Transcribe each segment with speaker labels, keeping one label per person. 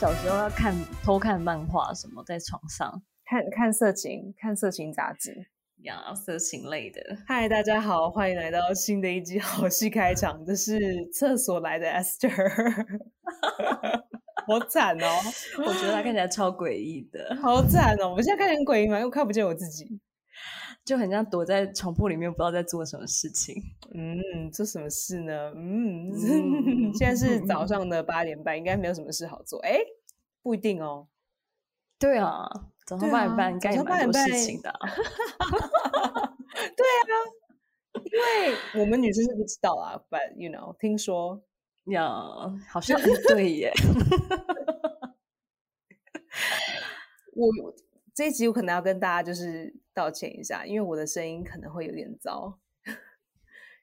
Speaker 1: 都要看偷看漫画什么，在床上
Speaker 2: 看看色情，看色情杂志。
Speaker 1: 呀，色情类的。
Speaker 2: 嗨，大家好，欢迎来到新的一集好戏开场，这是厕所来的 Esther，好惨哦，
Speaker 1: 我觉得他看起来超诡异的，
Speaker 2: 好惨哦！我现在看起来很诡异嘛，因为我看不见我自己。
Speaker 1: 就很像躲在床铺里面，不知道在做什么事情。
Speaker 2: 嗯，做什么事呢？
Speaker 1: 嗯
Speaker 2: 嗯，现在是早上的八点半，应该没有什么事好做。哎，不一定哦。
Speaker 1: 对啊，早上
Speaker 2: 对
Speaker 1: 八
Speaker 2: 啊
Speaker 1: 点半应该也
Speaker 2: 早上
Speaker 1: 蛮多
Speaker 2: 8:30
Speaker 1: 事情的、啊。
Speaker 2: 因为我们女生是不知道啊，but you know，听说
Speaker 1: 呀，好像对 耶。
Speaker 2: 我这一集我可能要跟大家就是道歉一下，因为我的声音可能会有点糟，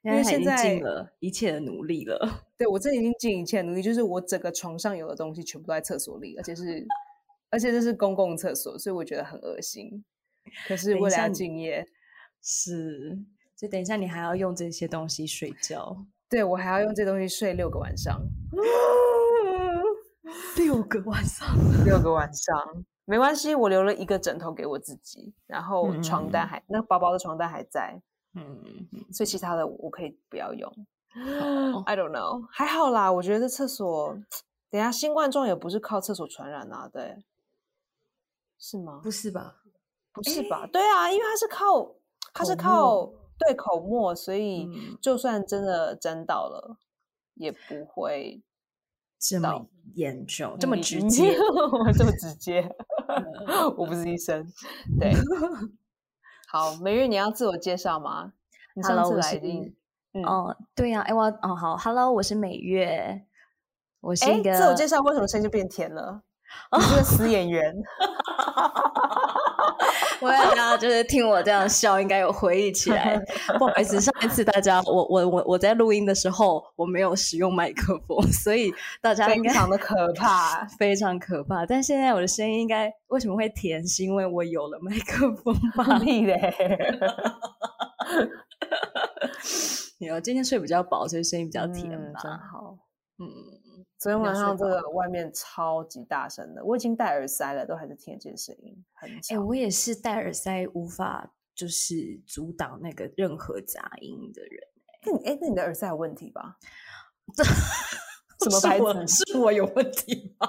Speaker 2: 因为
Speaker 1: 他已
Speaker 2: 现
Speaker 1: 经
Speaker 2: 在
Speaker 1: 尽了一切的努力了。
Speaker 2: 对我这已经尽一切努力，就是我整个床上有的东西全部都在厕所里，而且 是而且这是公共厕所，所以我觉得很恶心。可是
Speaker 1: 等一
Speaker 2: 为了
Speaker 1: 下
Speaker 2: 要
Speaker 1: 你
Speaker 2: 敬业，
Speaker 1: 是，所以等一下你还要用这些东西睡觉，
Speaker 2: 对我还要用这东西睡六个晚上，
Speaker 1: 六个晚上。
Speaker 2: 六个晚上没关系，我留了一个枕头给我自己，然后床单还、那薄薄的床单还在，
Speaker 1: 嗯，
Speaker 2: 所以其他的我可以不要用。
Speaker 1: 好
Speaker 2: I don't know，还好啦，我觉得厕所，等一下新冠状也不是靠厕所传染啊，对，是吗？
Speaker 1: 不是吧？
Speaker 2: 不是吧？对啊，因为它是靠，它是
Speaker 1: 口
Speaker 2: 靠
Speaker 1: 沫
Speaker 2: 对口沫，所以
Speaker 1: 嗯
Speaker 2: 就算真的沾到了，也不会
Speaker 1: 这么
Speaker 2: 到
Speaker 1: 严重， 这么
Speaker 2: 嗯，
Speaker 1: 直 接 嗯
Speaker 2: 这么直 接， 我不是医生，对。好，美玉，你要自我介绍吗？你上
Speaker 1: Hello，
Speaker 2: 次
Speaker 1: 我
Speaker 2: 来
Speaker 1: 是
Speaker 2: 已经，嗯，
Speaker 1: 哦，对呀、哎我要哦好，Hello，我是美月，我是
Speaker 2: 哎
Speaker 1: 一，个
Speaker 2: 自我介绍为什么声音就变甜了？你是个死演员。
Speaker 1: 我想大家就是听我这样笑，应该有回忆起来。不好意 思，上一次大家我我我我在录音的时候我没有使用麦克风，所以大家应
Speaker 2: 非
Speaker 1: 该
Speaker 2: 常的可怕。
Speaker 1: 非常可怕。但现在我的声音应该为什么会甜，是因为我有了麦克风 吧？
Speaker 2: 屁嘞！
Speaker 1: 有今天睡比较饱，所以声音比较甜
Speaker 2: 嗯真
Speaker 1: 吧？
Speaker 2: 好。
Speaker 1: 嗯，
Speaker 2: 昨天晚
Speaker 1: 睡
Speaker 2: 上这
Speaker 1: 饱
Speaker 2: 个外面超级大声的，我已经戴耳塞了，都还是听得见声音，很
Speaker 1: 哎、
Speaker 2: 吵。
Speaker 1: 我也是戴耳塞无法就是阻挡那个任何杂音的人。
Speaker 2: 那你哎，那你的耳塞有问题吧？
Speaker 1: 这
Speaker 2: 什么
Speaker 1: 是
Speaker 2: 牌
Speaker 1: 我
Speaker 2: 子
Speaker 1: 是我有问题 吗？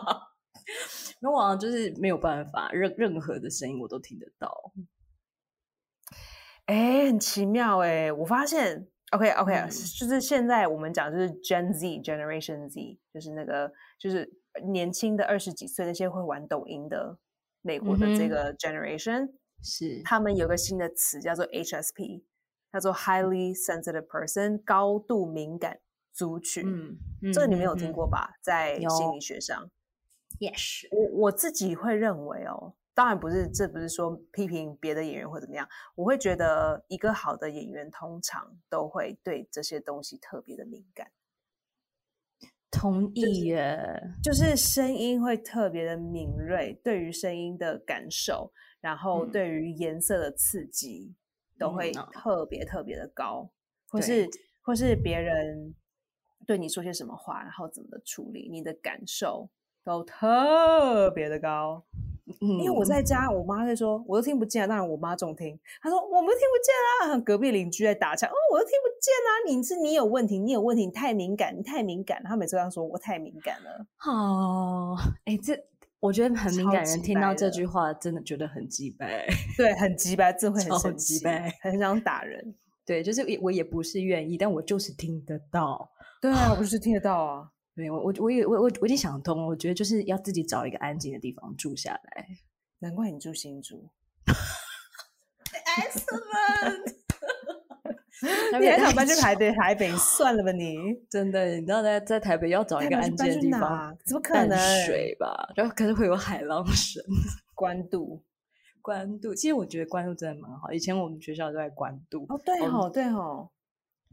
Speaker 1: 没有啊，就是没有办法，任任何的声音我都听得到。
Speaker 2: 哎，很奇妙哎，我发现。OK OK，、
Speaker 1: 嗯
Speaker 2: 就是现在我们讲就是 Gen Z Generation Z，就是那个就是年轻的二十几岁那些会玩抖音的美国的这
Speaker 1: 嗯哼
Speaker 2: 个 generation，、
Speaker 1: 是
Speaker 2: 他们有个新的词叫做 HSP，叫做 Highly Sensitive Person，高度敏感族群。
Speaker 1: 嗯，
Speaker 2: 这个你
Speaker 1: 嗯
Speaker 2: 没有听？过吧？在
Speaker 1: 有
Speaker 2: 心理学上，
Speaker 1: 也是，
Speaker 2: 我我自己会认为哦，当然不是，这不是说批评别的演员或怎么样，我会觉得一个好的演员通常都会对这些东西特别的敏感，
Speaker 1: 同意耶。
Speaker 2: 就是声音会特别的敏锐，对于声音的感受，然后
Speaker 1: 嗯
Speaker 2: 对于颜色的刺激都
Speaker 1: 嗯
Speaker 2: 会
Speaker 1: 哦
Speaker 2: 特别特别的高。或
Speaker 1: 对
Speaker 2: 是或是别人对你说些什么话，然后怎么的处理，你的感受都特别的高。
Speaker 1: 嗯，
Speaker 2: 因为我在家，我妈会说，我都听不见啊、当然，我妈重听，她说我们听不见啊，隔壁邻居在打架，哦，我都听不见啊，你是你有问题，你有问题，你太敏感，你太敏感。她每次都这样说，我太敏感了。
Speaker 1: 哦，哎、这我觉得很敏
Speaker 2: 超
Speaker 1: 感人
Speaker 2: 级
Speaker 1: 听到
Speaker 2: 掰
Speaker 1: 这
Speaker 2: 的
Speaker 1: 句话，真的觉得很鸡掰。
Speaker 2: 对，很急白，真的会
Speaker 1: 超
Speaker 2: 很生
Speaker 1: 级
Speaker 2: 气
Speaker 1: 掰，
Speaker 2: 很想打人。
Speaker 1: 对，就是也我也不是愿意，但我就是听得到。
Speaker 2: 对啊，我就是听得到啊。
Speaker 1: 对我我我也我我我已经想通了，我觉得就是要自己找一个安静的地方住下来。
Speaker 2: 难怪你住新竹，
Speaker 1: Excellent！
Speaker 2: 你还想搬去台北？台北算了吧你。
Speaker 1: 真的，你知道在在台北要找一
Speaker 2: 台
Speaker 1: 个
Speaker 2: 北
Speaker 1: 安静
Speaker 2: 是搬
Speaker 1: 的
Speaker 2: 去
Speaker 1: 地
Speaker 2: 哪
Speaker 1: 方，
Speaker 2: 怎么可
Speaker 1: 淡
Speaker 2: 能
Speaker 1: 水吧，然后可是会有海浪声。
Speaker 2: 关渡？
Speaker 1: 关渡，其实我觉得关渡真的蛮好。以前我们学校都在关渡。
Speaker 2: 哦，对
Speaker 1: 嗯
Speaker 2: 哦，对哦，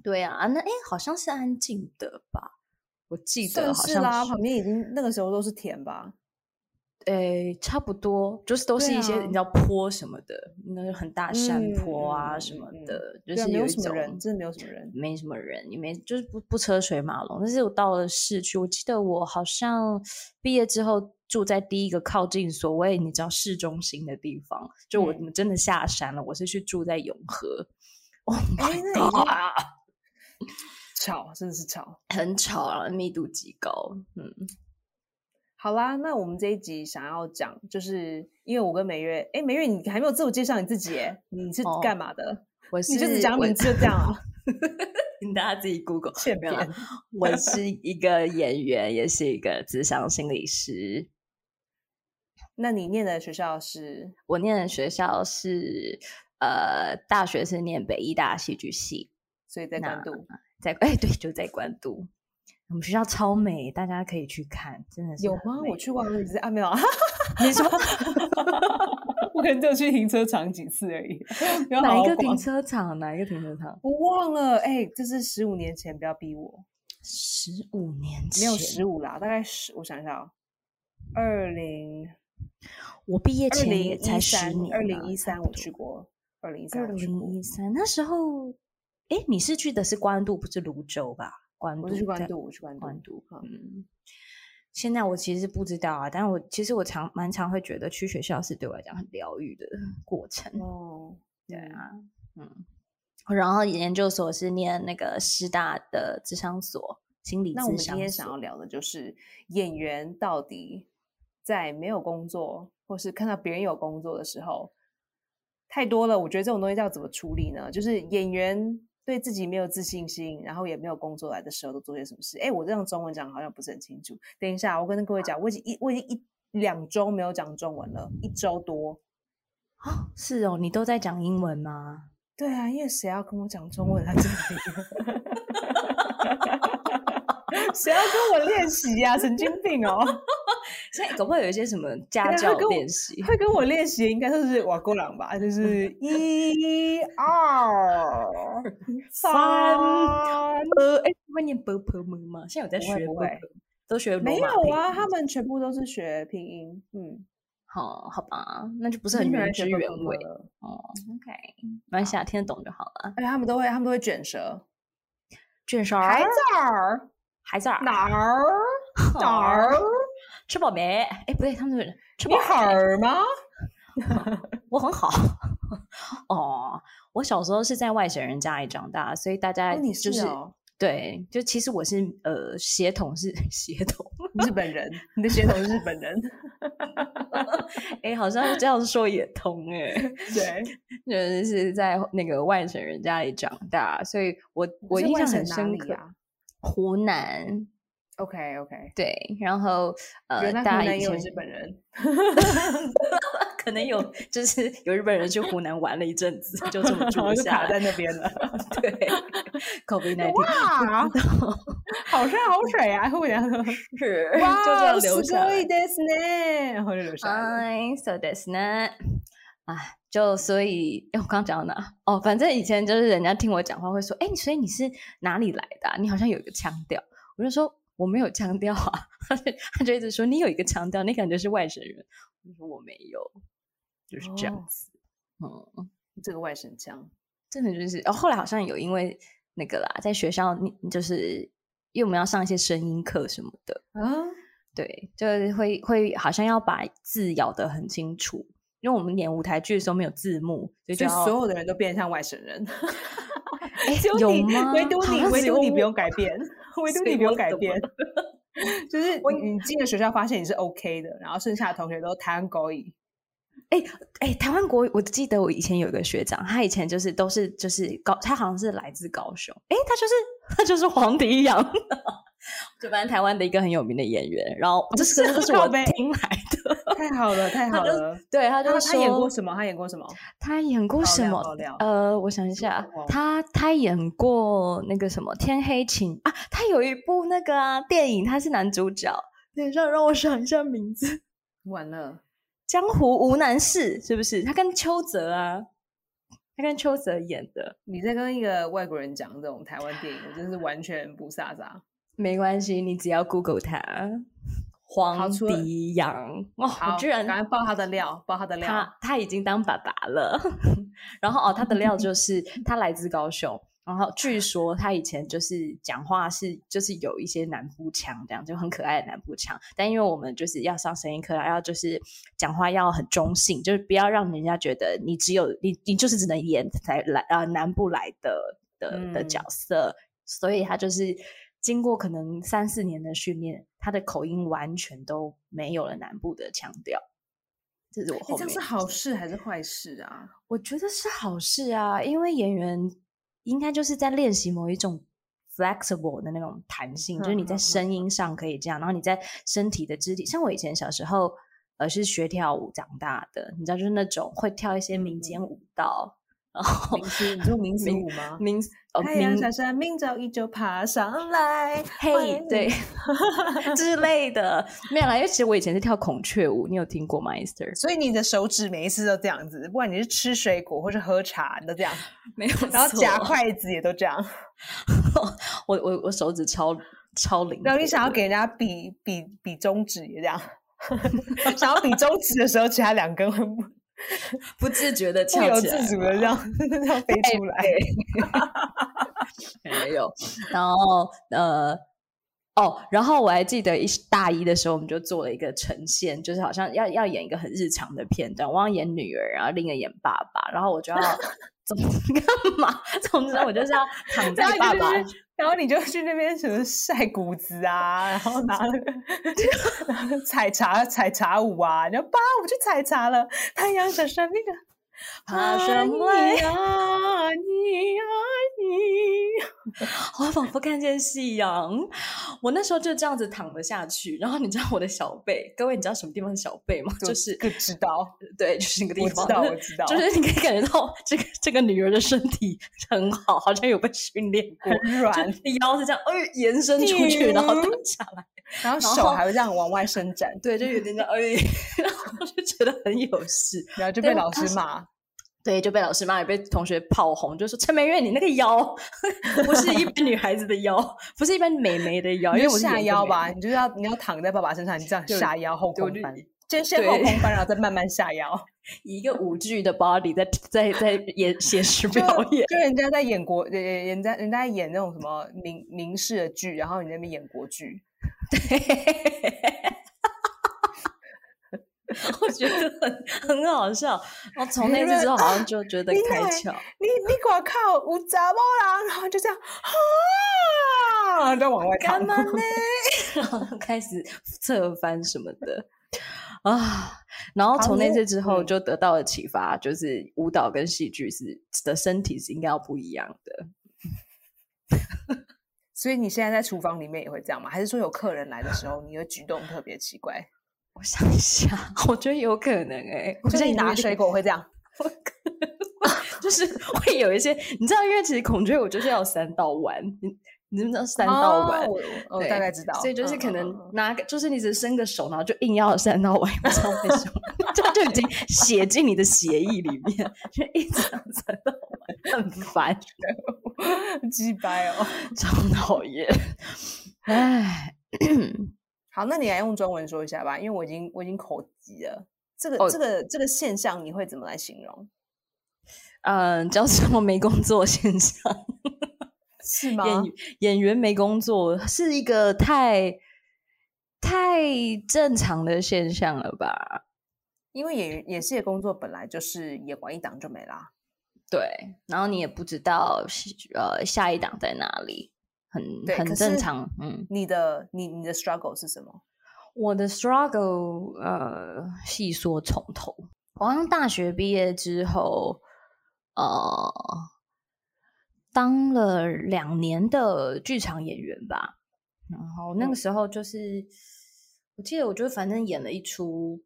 Speaker 1: 对啊，啊那哎，好像是安静的吧？我记得
Speaker 2: 算
Speaker 1: 好
Speaker 2: 是
Speaker 1: 像
Speaker 2: 啦，
Speaker 1: 是
Speaker 2: 旁边已经那个时候都是田吧。
Speaker 1: 诶，差不多，就是都
Speaker 2: 对
Speaker 1: 是一些、
Speaker 2: 啊
Speaker 1: 你知道坡什么的，那就很大山
Speaker 2: 嗯
Speaker 1: 坡啊
Speaker 2: 嗯
Speaker 1: 什
Speaker 2: 嗯
Speaker 1: 么
Speaker 2: 嗯
Speaker 1: 的，就
Speaker 2: 对啊
Speaker 1: 是
Speaker 2: 没有
Speaker 1: 一
Speaker 2: 什么
Speaker 1: 种
Speaker 2: 人真的没有什么人
Speaker 1: 没什么人，也没就是不不车水马龙。但是我到了市区，我记得我好像毕业之后住在第一个靠近所谓你知道市中心的地方，就我
Speaker 2: 嗯
Speaker 1: 们真的下山了，我是去住在永和。Oh
Speaker 2: 哎
Speaker 1: my
Speaker 2: 那已经
Speaker 1: god！
Speaker 2: 吵真的是吵。
Speaker 1: 很吵然后密度极高。嗯，
Speaker 2: 好啦，那我们这一集想要讲，就是因为我跟美月，哎，美月你还没有自我介绍你自己耶，你是
Speaker 1: 哦
Speaker 2: 干嘛的？
Speaker 1: 我
Speaker 2: 你
Speaker 1: 是
Speaker 2: 就只讲名字，就这样啊？
Speaker 1: 我 大家自己 Google。
Speaker 2: 欠
Speaker 1: 没有啦
Speaker 2: 扁
Speaker 1: 我是一个演员，也是一个智商心理师。
Speaker 2: 那你念的学校是
Speaker 1: 我念的学校是呃，大学是念北医大戏剧系，
Speaker 2: 所以在
Speaker 1: 那
Speaker 2: 关渡
Speaker 1: 在哎对，就在关渡。我们学校超美，大家可以去看，真的是
Speaker 2: 有
Speaker 1: 很
Speaker 2: 吗？
Speaker 1: 美
Speaker 2: 我去过好几次啊，没有 啊，
Speaker 1: 你说
Speaker 2: 我可能只有去停车场几次而已。不要好
Speaker 1: 哪
Speaker 2: 好
Speaker 1: 一个
Speaker 2: 逛
Speaker 1: 停？车场？哪一个停车场？
Speaker 2: 我忘了，哎、这是十五年前，不要逼我，
Speaker 1: 十五年前
Speaker 2: 没有十五啦，大概十，我想一下啊，二零
Speaker 1: 我毕业
Speaker 2: 二
Speaker 1: 前也
Speaker 2: 零
Speaker 1: 才
Speaker 2: 一
Speaker 1: 十
Speaker 2: 三
Speaker 1: 年，啊，
Speaker 2: 二零一
Speaker 1: 差
Speaker 2: 三
Speaker 1: 不
Speaker 2: 我
Speaker 1: 多
Speaker 2: 去过，二零一三
Speaker 1: 二零一三那时候，哎，你是去的是关渡，不是泸州吧？关渡，
Speaker 2: 我是去关
Speaker 1: 对
Speaker 2: 渡，我去关渡，
Speaker 1: 关渡
Speaker 2: 好，
Speaker 1: 嗯。现在我其实不知道啊，但我其实我常蛮常会觉得去学校是对我来讲很疗愈的过程。
Speaker 2: 哦，
Speaker 1: 对
Speaker 2: 嗯，
Speaker 1: 啊，嗯。然后研究所是念那个师大的智商所，心理
Speaker 2: 那我
Speaker 1: 智
Speaker 2: 们今
Speaker 1: 商
Speaker 2: 天
Speaker 1: 所
Speaker 2: 想要聊的就是演员到底在没有工作，或是看到别人有工作的时候，太多了。我觉得这种东西要怎么处理呢？就是演员对自己没有自信心，然后也没有工作来的时候，都做些什么事？哎，我这样中文讲好像不是很清楚。等一下，我跟各位讲，我已经一我已经一两周没有讲中文了，一周多。
Speaker 1: 哦，是哦，你都在讲英文吗？
Speaker 2: 对啊，因为谁要跟我讲中文啊？这里，谁要跟我练习呀、神经病哦！
Speaker 1: 现在搞不好有一些什么家
Speaker 2: 对啊会
Speaker 1: 教
Speaker 2: 跟我
Speaker 1: 练习，
Speaker 2: 会跟我练习的应该都是瓦古朗吧，就是一、二、
Speaker 1: 三
Speaker 2: 三。
Speaker 1: 呃，哎，会念 b p m 吗？现在有在
Speaker 2: 不
Speaker 1: 学
Speaker 2: 会不
Speaker 1: b
Speaker 2: 会
Speaker 1: p，都学罗
Speaker 2: 没
Speaker 1: 马
Speaker 2: 有
Speaker 1: 拼
Speaker 2: 啊，
Speaker 1: 音
Speaker 2: 他们全部都是学拼音，嗯，
Speaker 1: 好好吧，那就不
Speaker 2: 不
Speaker 1: 是很原汁原味
Speaker 2: 了。
Speaker 1: 哦。OK，没关系啊，听得懂就好了。
Speaker 2: 而且哎他们都会，他们都会卷舌，
Speaker 1: 卷舌
Speaker 2: 还
Speaker 1: 儿
Speaker 2: 在儿
Speaker 1: 还在儿
Speaker 2: 哪儿
Speaker 1: 好
Speaker 2: 哪儿？
Speaker 1: 吃饱没？哎，不对，他们是吃
Speaker 2: 你
Speaker 1: 饱
Speaker 2: 好
Speaker 1: 没，
Speaker 2: 儿吗？
Speaker 1: 我很好。 哦，我小时候是在外省人家里长大，所以大家
Speaker 2: 哦，你
Speaker 1: 哎就是
Speaker 2: 哦，
Speaker 1: 对，就其实我是呃血统是 血统，
Speaker 2: 日本人，你的血统是日本 人，
Speaker 1: 哎，好像这样说也通哎。
Speaker 2: 对，
Speaker 1: 就是在那个外省人家里长大，所以我我
Speaker 2: 是
Speaker 1: 印
Speaker 2: 外
Speaker 1: 象
Speaker 2: 省
Speaker 1: 很
Speaker 2: 哪
Speaker 1: 深
Speaker 2: 里
Speaker 1: 刻。
Speaker 2: 啊
Speaker 1: 湖南
Speaker 2: OK OK，
Speaker 1: 对，然后呃，
Speaker 2: 那
Speaker 1: 大
Speaker 2: 湖
Speaker 1: 家
Speaker 2: 南
Speaker 1: 以
Speaker 2: 也有
Speaker 1: 前
Speaker 2: 日 本人，
Speaker 1: 可能有就是有日本人去湖南玩了一阵子，就这 么住
Speaker 2: 就
Speaker 1: 下
Speaker 2: 卡
Speaker 1: 来。
Speaker 2: 在那边了。
Speaker 1: 对，COVID 1 9
Speaker 2: 哇，好山 好水啊！会不会然后
Speaker 1: 是 就这样留下来。
Speaker 2: ですね，然后就留下来了。
Speaker 1: 哎，so that's not，哎，就所以，哎，我刚讲到哪？哦，反正以前就是人家听我讲话会说，哎，所以你是哪里来的啊、你好像有一个腔调。我就说我没有腔调啊， 他就他就一直说你有一个腔调，你感觉是外省人。我说我没有，就是这样
Speaker 2: 哦
Speaker 1: 子。嗯，
Speaker 2: 这个外省腔，
Speaker 1: 真的就是，哦，后来好像有因为那个啦，在学校你就是因为我们要上一些声音课什么的，
Speaker 2: 啊，
Speaker 1: 对，就是会会好像要把字咬得很清楚，因为我们演舞台剧的时候没有字幕，所以
Speaker 2: 所
Speaker 1: 就
Speaker 2: 以
Speaker 1: 要
Speaker 2: 所有的人都变得像外省人，
Speaker 1: 哎
Speaker 2: 只有
Speaker 1: 有
Speaker 2: 你，
Speaker 1: 吗？
Speaker 2: 唯独
Speaker 1: 好
Speaker 2: 你，
Speaker 1: 像
Speaker 2: 唯
Speaker 1: 只
Speaker 2: 独
Speaker 1: 有
Speaker 2: 你不
Speaker 1: 我
Speaker 2: 用改 变，唯独
Speaker 1: 所
Speaker 2: 你
Speaker 1: 以
Speaker 2: 不用
Speaker 1: 我
Speaker 2: 改
Speaker 1: 怎么
Speaker 2: 变
Speaker 1: 了。
Speaker 2: 就是你你进了学校，发现你是 OK 的，然后剩下的同学都台湾狗 语。
Speaker 1: 哎、台湾国语，我记得我以前有一个学长，他以前就是都是就是高，他好像是来自高雄，哎、他就是他就是黄迪阳，就反正台湾的一个很有名的演员，然后这是这是
Speaker 2: 靠
Speaker 1: 我
Speaker 2: 背
Speaker 1: 听来的，
Speaker 2: 太好了，太
Speaker 1: 他
Speaker 2: 好
Speaker 1: 就
Speaker 2: 了。
Speaker 1: 对，他就
Speaker 2: 他
Speaker 1: 是
Speaker 2: 他演过哦
Speaker 1: 说
Speaker 2: 什么？他演过什么？
Speaker 1: 他演过
Speaker 2: 爆
Speaker 1: 什
Speaker 2: 料
Speaker 1: 么
Speaker 2: 爆料？
Speaker 1: 呃，我想一下
Speaker 2: 爆料，
Speaker 1: 他他演过那个什么《天黑请》啊，他有一部那个、啊、电影，他是男主角。等一下，让我想一下名字，《
Speaker 2: 完了，
Speaker 1: 江湖无难事》是不是？他跟邱泽啊，他跟邱泽演的，
Speaker 2: 你在跟一个外国人讲这种台湾电影，我真是完全不飒飒。
Speaker 1: 没关系，你只要 Google 他，黄
Speaker 2: 除了
Speaker 1: 迪阳哦，
Speaker 2: 好，
Speaker 1: 我居然
Speaker 2: 赶快爆他的料，爆他的料。
Speaker 1: 他他已经当爸爸了，然后哦，他的料就是他来自高雄，然后据说他以前就是讲话是就是有一些南部腔，这样就很可爱的南部腔。但因为我们就是要上声音课啊，要就是讲话要很中性，就是不要让人家觉得你只有你你就是只能演才来啊、南部来的的
Speaker 2: 嗯
Speaker 1: 的角色。所以他就是经过可能三四年的训练，他的口音完全都没有了南部的腔调。这是我后
Speaker 2: 你
Speaker 1: 面
Speaker 2: 这样是好事还是坏事啊？
Speaker 1: 我觉得是好事啊，因为演员应该就是在练习某一种 flexible 的那种弹性，就是你在
Speaker 2: 嗯嗯嗯
Speaker 1: 声音上可以这样，然后你在身体的肢体，像我以前小时候，呃，是学跳舞长大的，你知道，就是那种会跳一些民间舞蹈，然后
Speaker 2: 民族，你说民族
Speaker 1: 民
Speaker 2: 舞吗？
Speaker 1: 民哦
Speaker 2: 太阳
Speaker 1: 民
Speaker 2: 下山，明早依旧爬上来。
Speaker 1: 嘿
Speaker 2: 迎
Speaker 1: 对 之类的，没有啦，因为其实我以前是跳孔雀舞，你有听过吗，Esther？
Speaker 2: 所以你的手指每一次都这样子，不管你是吃水果或是喝茶，你都这样，
Speaker 1: 没有，
Speaker 2: 然后夹筷子也都这样。
Speaker 1: 我我我手指超超灵活的，
Speaker 2: 然后你想要给人家比比比中指也 这样，想要比中指的时候，其他两根会不
Speaker 1: 不自觉的
Speaker 2: 不
Speaker 1: 翘
Speaker 2: 由
Speaker 1: 起来哎
Speaker 2: 自主
Speaker 1: 嘛
Speaker 2: 的这 样这样飞出来。
Speaker 1: 没有。然后呃，哦，然后我还记得一大一的时候，我们就做了一个呈现，就是好像要要演一个很日常的片段，我要演女儿，然后另一个演爸爸，然后我就要 总干嘛？ 总之我就是要躺在
Speaker 2: 然后你
Speaker 1: 爸
Speaker 2: 就
Speaker 1: 爸
Speaker 2: 去然后你就去那边什么晒谷子啊，然后拿那个 然后采茶采茶舞啊，然后爸，我去采茶了，太阳闪闪那个。
Speaker 1: 爬上
Speaker 2: 爱
Speaker 1: 来
Speaker 2: 你，啊，你啊你，
Speaker 1: 我仿佛看见夕阳。我那时候就这样子躺了下去，然后你知道我的小背，各位你知道什么地方是小背吗？
Speaker 2: 我
Speaker 1: 就是
Speaker 2: 不知道，
Speaker 1: 对，就是那个地
Speaker 2: 我知
Speaker 1: 方，
Speaker 2: 道，
Speaker 1: 就是
Speaker 2: 我知道，
Speaker 1: 就是你可以感觉到这个这个女儿的身体很好，好像有被训练过，
Speaker 2: 很
Speaker 1: 就
Speaker 2: 软，
Speaker 1: 腰是这样，哎、延伸出去，然后躺下来，
Speaker 2: 然后
Speaker 1: 然
Speaker 2: 手
Speaker 1: 后
Speaker 2: 还会这样往外伸展，
Speaker 1: 对，就有点这样，哎、 然后我就觉得很有事，
Speaker 2: 然后就
Speaker 1: 对
Speaker 2: 被
Speaker 1: 我
Speaker 2: 老
Speaker 1: 当
Speaker 2: 师
Speaker 1: 时
Speaker 2: 骂。
Speaker 1: 对，就被老师骂，也被同学炮轰，就说陈美月你那个腰 不是一般女孩子的腰，不是一般美眉的腰，
Speaker 2: 你
Speaker 1: 因为
Speaker 2: 就
Speaker 1: 我是
Speaker 2: 下
Speaker 1: 眼睛
Speaker 2: 腰
Speaker 1: 美
Speaker 2: 吧，
Speaker 1: 眉，
Speaker 2: 你就要你要躺在爸爸身上，你这样
Speaker 1: 对
Speaker 2: 下腰后
Speaker 1: 对我
Speaker 2: 空
Speaker 1: 就
Speaker 2: 翻，先先后
Speaker 1: 对
Speaker 2: 空 翻，然后再慢慢下腰，
Speaker 1: 以一个舞剧的 body 在在 在演写实
Speaker 2: 就
Speaker 1: 表演，
Speaker 2: 就人家在演国，人人人家人家在演那种什么明明式的剧，然后你在那边演国剧，
Speaker 1: 我觉得很 很好笑。然后从那次之后，好像就觉得
Speaker 2: 你
Speaker 1: 开
Speaker 2: 奶
Speaker 1: 窍。
Speaker 2: 你你我靠，我杂包啦，然后就这样啊，再往外
Speaker 1: 干
Speaker 2: 看，
Speaker 1: 嘛呢？然后 开始侧翻什么的啊。然后
Speaker 2: 好
Speaker 1: 从那
Speaker 2: 你
Speaker 1: 次之后，
Speaker 2: 嗯
Speaker 1: 就得到了启发，就是舞蹈跟戏剧是的身体是应该要不一样的。
Speaker 2: 所以你现在在厨房里面也会这样吗？还是说有客人来的时候，你的举动特别奇怪？
Speaker 1: 我想一下，我觉得有可能哎、我
Speaker 2: 就
Speaker 1: 觉
Speaker 2: 是
Speaker 1: 得
Speaker 2: 你拿
Speaker 1: 有点
Speaker 2: 水果会这样，
Speaker 1: 就是会有一些，你知道，因为其实孔雀舞就是要有三道弯，你你知不知道三道
Speaker 2: 哦
Speaker 1: 弯？
Speaker 2: 我我我大
Speaker 1: 对
Speaker 2: 概知道，
Speaker 1: 所以就是
Speaker 2: 嗯
Speaker 1: 可
Speaker 2: 嗯
Speaker 1: 能
Speaker 2: 嗯嗯
Speaker 1: 拿个，就是你只伸个手，然后就硬要扇到我，也不知道为什么， 这样就已经写进你的协议里面，就一直这样扇到我，很烦，
Speaker 2: 鸡掰哦。
Speaker 1: 超讨厌。唉，
Speaker 2: 好，那你来用中文说一下吧，因为我已经我已经口急了。这个、
Speaker 1: 哦
Speaker 2: 这个这个现象，你会怎么来形容？
Speaker 1: 嗯，叫什么没工作现象？
Speaker 2: 是吗？
Speaker 1: 演演员没工作是一个太太正常的现象了吧？
Speaker 2: 因为演员演戏的工作本来就是演完一档就没啦。
Speaker 1: 对，然后你也不知道是呃下一档在哪里，很
Speaker 2: 对
Speaker 1: 很
Speaker 2: 可
Speaker 1: 正
Speaker 2: 是
Speaker 1: 常，嗯。
Speaker 2: 你的你你的 struggle 是什么？
Speaker 1: 我的 struggle 呃，细说从头。我好像大学毕业之后，呃，当了两年的剧场演员吧。然后那个
Speaker 2: 嗯
Speaker 1: 时候就是，我记得我就反正演了一出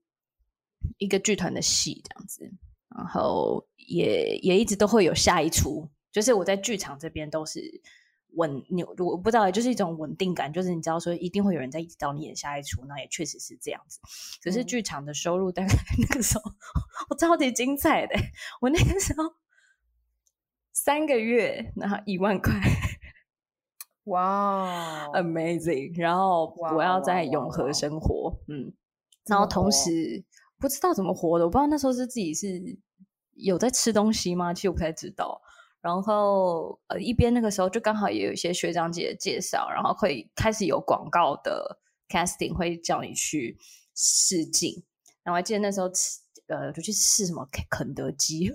Speaker 1: 一个剧团的戏这样子，然后也也一直都会有下一出，就是我在剧场这边都是稳，你我不知道欸，就是一种稳定感，就是你知道说一定会有人在一直找你演下一出，那也确实是这样子。可是
Speaker 2: 嗯
Speaker 1: 剧场的收入大概 那个时候，我超级精彩的欸、我那个时候三个月，然后一万块
Speaker 2: 哇
Speaker 1: 呃
Speaker 2: 哦，
Speaker 1: ，amazing。然后
Speaker 2: 哇
Speaker 1: 我要在
Speaker 2: 哇
Speaker 1: 永
Speaker 2: 哇
Speaker 1: 和
Speaker 2: 哇
Speaker 1: 生活，嗯，
Speaker 2: 怎
Speaker 1: 然后
Speaker 2: 么
Speaker 1: 同
Speaker 2: 活
Speaker 1: 时不知道怎么活的，我不知道那时候是自己是有在吃东西吗？其实我不太知道。然后呃一边那个时候就刚好也有一些学长姐的介绍，然后会开始有广告的 casting 会叫你去试镜，然后我还记得那时候吃呃就去试什么肯肯德基，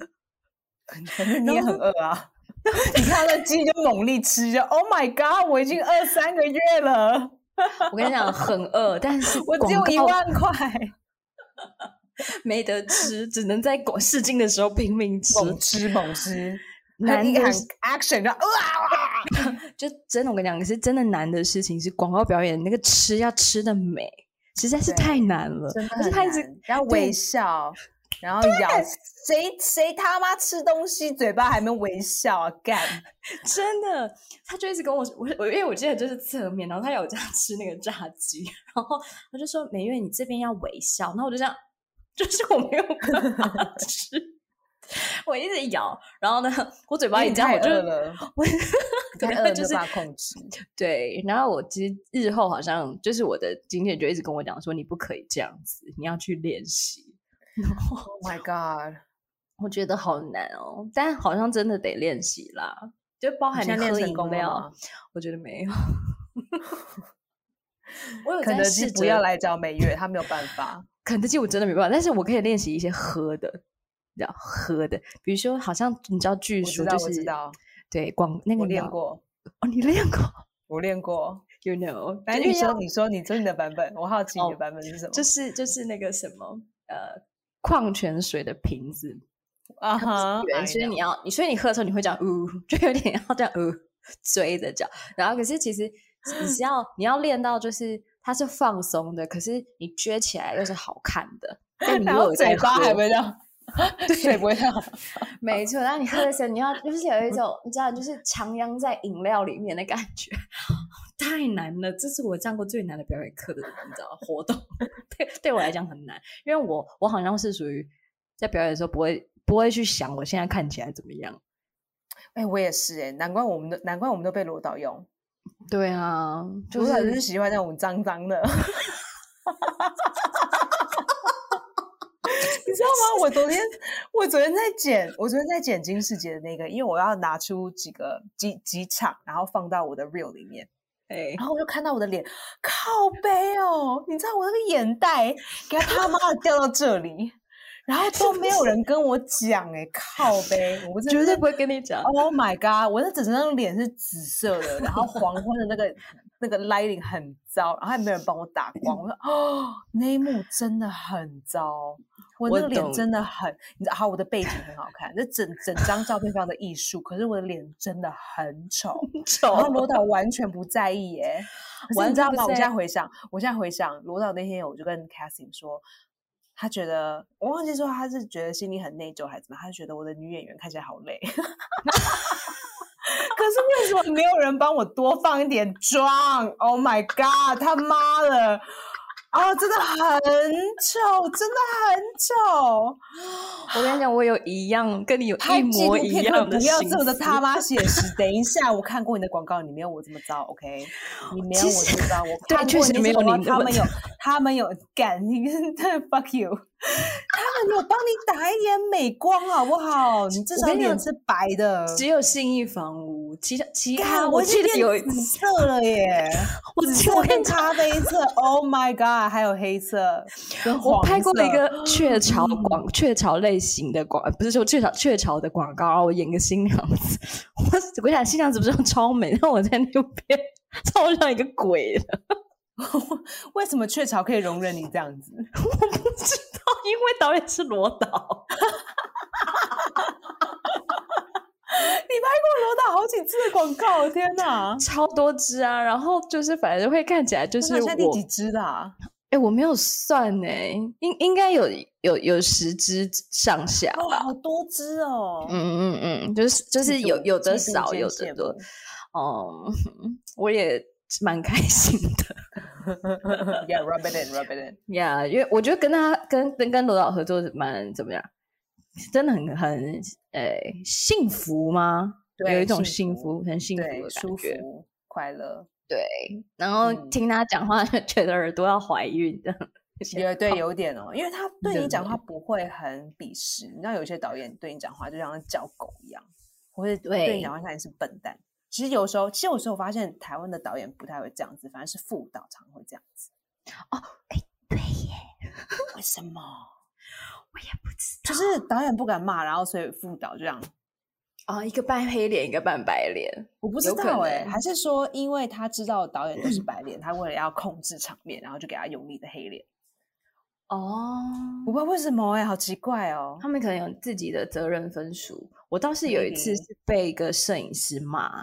Speaker 2: 你也
Speaker 1: 后
Speaker 2: 很饿啊。 你看到那鸡就猛力吃，就 Oh my God！我已经饿三个月了，
Speaker 1: 我跟你讲很饿，但是
Speaker 2: 我只
Speaker 1: 广
Speaker 2: 有一
Speaker 1: 告
Speaker 2: 万块，
Speaker 1: 没得吃，只能在广试镜的时候拼命吃，
Speaker 2: 猛吃猛吃。
Speaker 1: 难
Speaker 2: 一
Speaker 1: 的
Speaker 2: 喊
Speaker 1: 是
Speaker 2: action 就啊，
Speaker 1: 就真的，我跟你讲，是真的难的事情是广告表演那个吃要吃的美，实在是
Speaker 2: 对
Speaker 1: 太难了。
Speaker 2: 真的
Speaker 1: 而且
Speaker 2: 很
Speaker 1: 他一直
Speaker 2: 难然后
Speaker 1: 对
Speaker 2: 微笑， 然后咬，谁谁他妈吃东西嘴巴还没微笑啊？干，
Speaker 1: 真的，他就一直跟我我我，因为我记得就是侧面，然后他有这样吃那个炸鸡，然后他就说美月你这边要微笑，然后我就这样，就是 我没有办法 吃，我一直咬，然后呢，我嘴巴
Speaker 2: 因
Speaker 1: 也
Speaker 2: 为
Speaker 1: 这样，
Speaker 2: 太
Speaker 1: 我就
Speaker 2: 饿了，
Speaker 1: 我
Speaker 2: 你
Speaker 1: 可
Speaker 2: 太
Speaker 1: 能
Speaker 2: 饿
Speaker 1: 会
Speaker 2: 了
Speaker 1: 就
Speaker 2: 没
Speaker 1: 是
Speaker 2: 有办法控制。
Speaker 1: 对，然后我其实日后好像就是我的经纪人就一直跟我讲说，你不可以这样子，你要去练习。然后
Speaker 2: Oh my God！
Speaker 1: 我觉得好难哦，但好像真的得练习啦，就包含
Speaker 2: 你
Speaker 1: 你
Speaker 2: 现在练
Speaker 1: 喝
Speaker 2: 成
Speaker 1: 饮
Speaker 2: 功了
Speaker 1: 料
Speaker 2: 吗，
Speaker 1: 我觉得没 有。我有
Speaker 2: 肯
Speaker 1: 在
Speaker 2: 德
Speaker 1: 试
Speaker 2: 基
Speaker 1: 着
Speaker 2: 不要，来找美月，他没有办法。
Speaker 1: 肯德基我真的没办法，但是我可以练习一些喝的，你知道喝的，比如说好像你知道，据
Speaker 2: 我知
Speaker 1: 说
Speaker 2: 道，
Speaker 1: 就
Speaker 2: 我
Speaker 1: 是
Speaker 2: 知道，
Speaker 1: 对广那个哎
Speaker 2: 我
Speaker 1: 你知
Speaker 2: 练
Speaker 1: 道
Speaker 2: 过，
Speaker 1: 哦，你练过
Speaker 2: 我练过。
Speaker 1: ，you know，
Speaker 2: 来，
Speaker 1: 就
Speaker 2: 你
Speaker 1: 因为要
Speaker 2: 说，你说，你说你的版本，我好奇你
Speaker 1: 哦
Speaker 2: 的版本是什么？
Speaker 1: 就是就是那个什么呃矿泉水的瓶子，
Speaker 2: 啊
Speaker 1: 它
Speaker 2: 哈
Speaker 1: 不是，圆，
Speaker 2: I
Speaker 1: 所以
Speaker 2: know
Speaker 1: 你要你所以你喝的时候你会这样呜， 就有点要这样呜追着叫，然后可是其实你是要你要练到就是它是放松的，可是你撅起来又是好看 的。但你
Speaker 2: 然
Speaker 1: 又
Speaker 2: 后
Speaker 1: 有在
Speaker 2: 嘴巴还
Speaker 1: 喝
Speaker 2: 不会这样， 水不会这样。
Speaker 1: 没错，然后你喝的时候，你要就是有一种你知道，就是徜徉在饮料里面的感觉， 太难了。这是我上过最难的表演课的，你知道活动， 对对我来讲很难，因为我我好像是属于在表演的时候不会不会去想我现在看起来怎么样。
Speaker 2: 哎、我也是哎、难怪我们都难怪我们都被罗导用，
Speaker 1: 对啊，就
Speaker 2: 罗导就是
Speaker 1: 是
Speaker 2: 喜欢那种脏脏的， 你知道吗？我昨天我昨天在剪，我昨天在剪金世杰的那个，因为我要拿出几个几几场，然后放到我的 reel 里面，
Speaker 1: 哎
Speaker 2: 然后我就看到我的脸，靠背哦，你知道我那个眼袋给它他妈的掉到这里，然后都没有人跟我讲哎、靠背，我真的
Speaker 1: 绝对
Speaker 2: 是
Speaker 1: 不会跟你讲。
Speaker 2: Oh my god！我那整张脸是紫色的，然后黄昏的那个那个 lighting 很糟，然后还没有人帮我打光。我说哦，那一幕真的很糟，我
Speaker 1: 我
Speaker 2: 那个脸
Speaker 1: 懂
Speaker 2: 真的很，你知道，好，我的背景很好看，那整整张照片非常的艺术，可是我的脸真的很丑。然后
Speaker 1: 丑，
Speaker 2: 罗导完全不在意耶、可是
Speaker 1: 完
Speaker 2: 你知道
Speaker 1: 全不
Speaker 2: 吗？我现
Speaker 1: 在
Speaker 2: 在回想，我现在回想罗导那天，我就跟 Casting 说，他觉得我忘记说他是觉得心里很内疚还是怎么样，他就觉得我的女演员看起来好累。 可是为什么没有人帮我多放一点妆？Oh my god！他妈的！啊，真的很丑，真的很丑。
Speaker 1: 我跟你讲，我有一样跟你有一
Speaker 2: 拍纪录
Speaker 1: 模一
Speaker 2: 片可
Speaker 1: 样的
Speaker 2: 不要
Speaker 1: 心
Speaker 2: 这么的
Speaker 1: 思
Speaker 2: 他妈写实。等一下，我看过你的广告，你没有我这么糟，OK？你 没有
Speaker 1: 其
Speaker 2: 我这么
Speaker 1: 实
Speaker 2: 糟，我
Speaker 1: 对啊
Speaker 2: 看
Speaker 1: 确
Speaker 2: 过
Speaker 1: 实
Speaker 2: 那
Speaker 1: 没
Speaker 2: 些
Speaker 1: 有
Speaker 2: 广
Speaker 1: 你那
Speaker 2: 告他
Speaker 1: 么
Speaker 2: 们有，他们有干，你 fuck you，他们有帮你打一点美光好不好？你至
Speaker 1: 我
Speaker 2: 少
Speaker 1: 跟你
Speaker 2: 脸
Speaker 1: 讲
Speaker 2: 是白的。
Speaker 1: 只有信义房屋，其他其他
Speaker 2: 看，
Speaker 1: 啊我
Speaker 2: 已经
Speaker 1: 记得
Speaker 2: 变
Speaker 1: 有一，
Speaker 2: 紫色了耶！
Speaker 1: 我
Speaker 2: 紫
Speaker 1: 记得我
Speaker 2: 色
Speaker 1: 跟
Speaker 2: 跟
Speaker 1: 你讲，
Speaker 2: 咖啡色，Oh my god，还有黑色跟
Speaker 1: 我
Speaker 2: 黄
Speaker 1: 拍过一
Speaker 2: 色嗯
Speaker 1: 个雀巢广、雀巢类型的广，不是说雀巢雀巢的广告，然后啊我演个新娘子。 我我想新娘子不是超美，然后我在那边超像一个鬼的，
Speaker 2: 为什么雀巢可以容忍你这样子？
Speaker 1: 不知道，因为导演是罗导，
Speaker 2: 你拍过罗导好几次的广告，天哪！
Speaker 1: 超多只啊。然后就是反正会看起来就
Speaker 2: 就是现
Speaker 1: 我
Speaker 2: 在第几只的、啊？
Speaker 1: 哎、我没有算哎、应应该有有有十只上下
Speaker 2: 哦，
Speaker 1: 吧。
Speaker 2: 好多只哦。
Speaker 1: 嗯嗯嗯，就是就
Speaker 2: 嫉
Speaker 1: 是有
Speaker 2: 妒
Speaker 1: 有的
Speaker 2: 嫉妒
Speaker 1: 少，
Speaker 2: 兼
Speaker 1: 有
Speaker 2: 羡
Speaker 1: 的多
Speaker 2: 慕。
Speaker 1: 哦、 我也是蛮开心的
Speaker 2: yeah, rub it in, rub it in。
Speaker 1: 呀因为我觉得跟他跟跟跟罗导合作蛮怎么样，真的很很呃幸福吗？有
Speaker 2: 对
Speaker 1: 一种
Speaker 2: 幸
Speaker 1: 幸
Speaker 2: 福
Speaker 1: 福，很 幸福的
Speaker 2: 对，
Speaker 1: 感
Speaker 2: 舒
Speaker 1: 觉。
Speaker 2: 服快乐。
Speaker 1: 对，然后
Speaker 2: 嗯
Speaker 1: 听他讲话就觉得耳朵要怀孕的。
Speaker 2: 也对，有一点哦，因为他对
Speaker 1: 真
Speaker 2: 你讲
Speaker 1: 的
Speaker 2: 话不会很鄙视，你知道有些导演对你讲话就像在叫狗一样，或者
Speaker 1: 对
Speaker 2: 对你讲话你是笨蛋。其实有时候，其实有时候我发现台湾的导演不太会这样子，反而是副导常会这样子。
Speaker 1: 对耶，
Speaker 2: 为什么？
Speaker 1: 我也不知道。
Speaker 2: 就是导演不敢骂，然后所以副导就这样。
Speaker 1: 哦，一个半黑脸，一个半白脸。
Speaker 2: 我不知
Speaker 1: 有可
Speaker 2: 道哎、
Speaker 1: 能嗯
Speaker 2: 还是说因为他知道导演都是白脸，他为了要控制场面，然后就给他用力的黑脸。
Speaker 1: 哦，
Speaker 2: 我不知道为什么哎、好奇怪哦。
Speaker 1: 他们可能有自己的责任分数。我倒是有一次
Speaker 2: Maybe
Speaker 1: 是被一个摄影师 骂，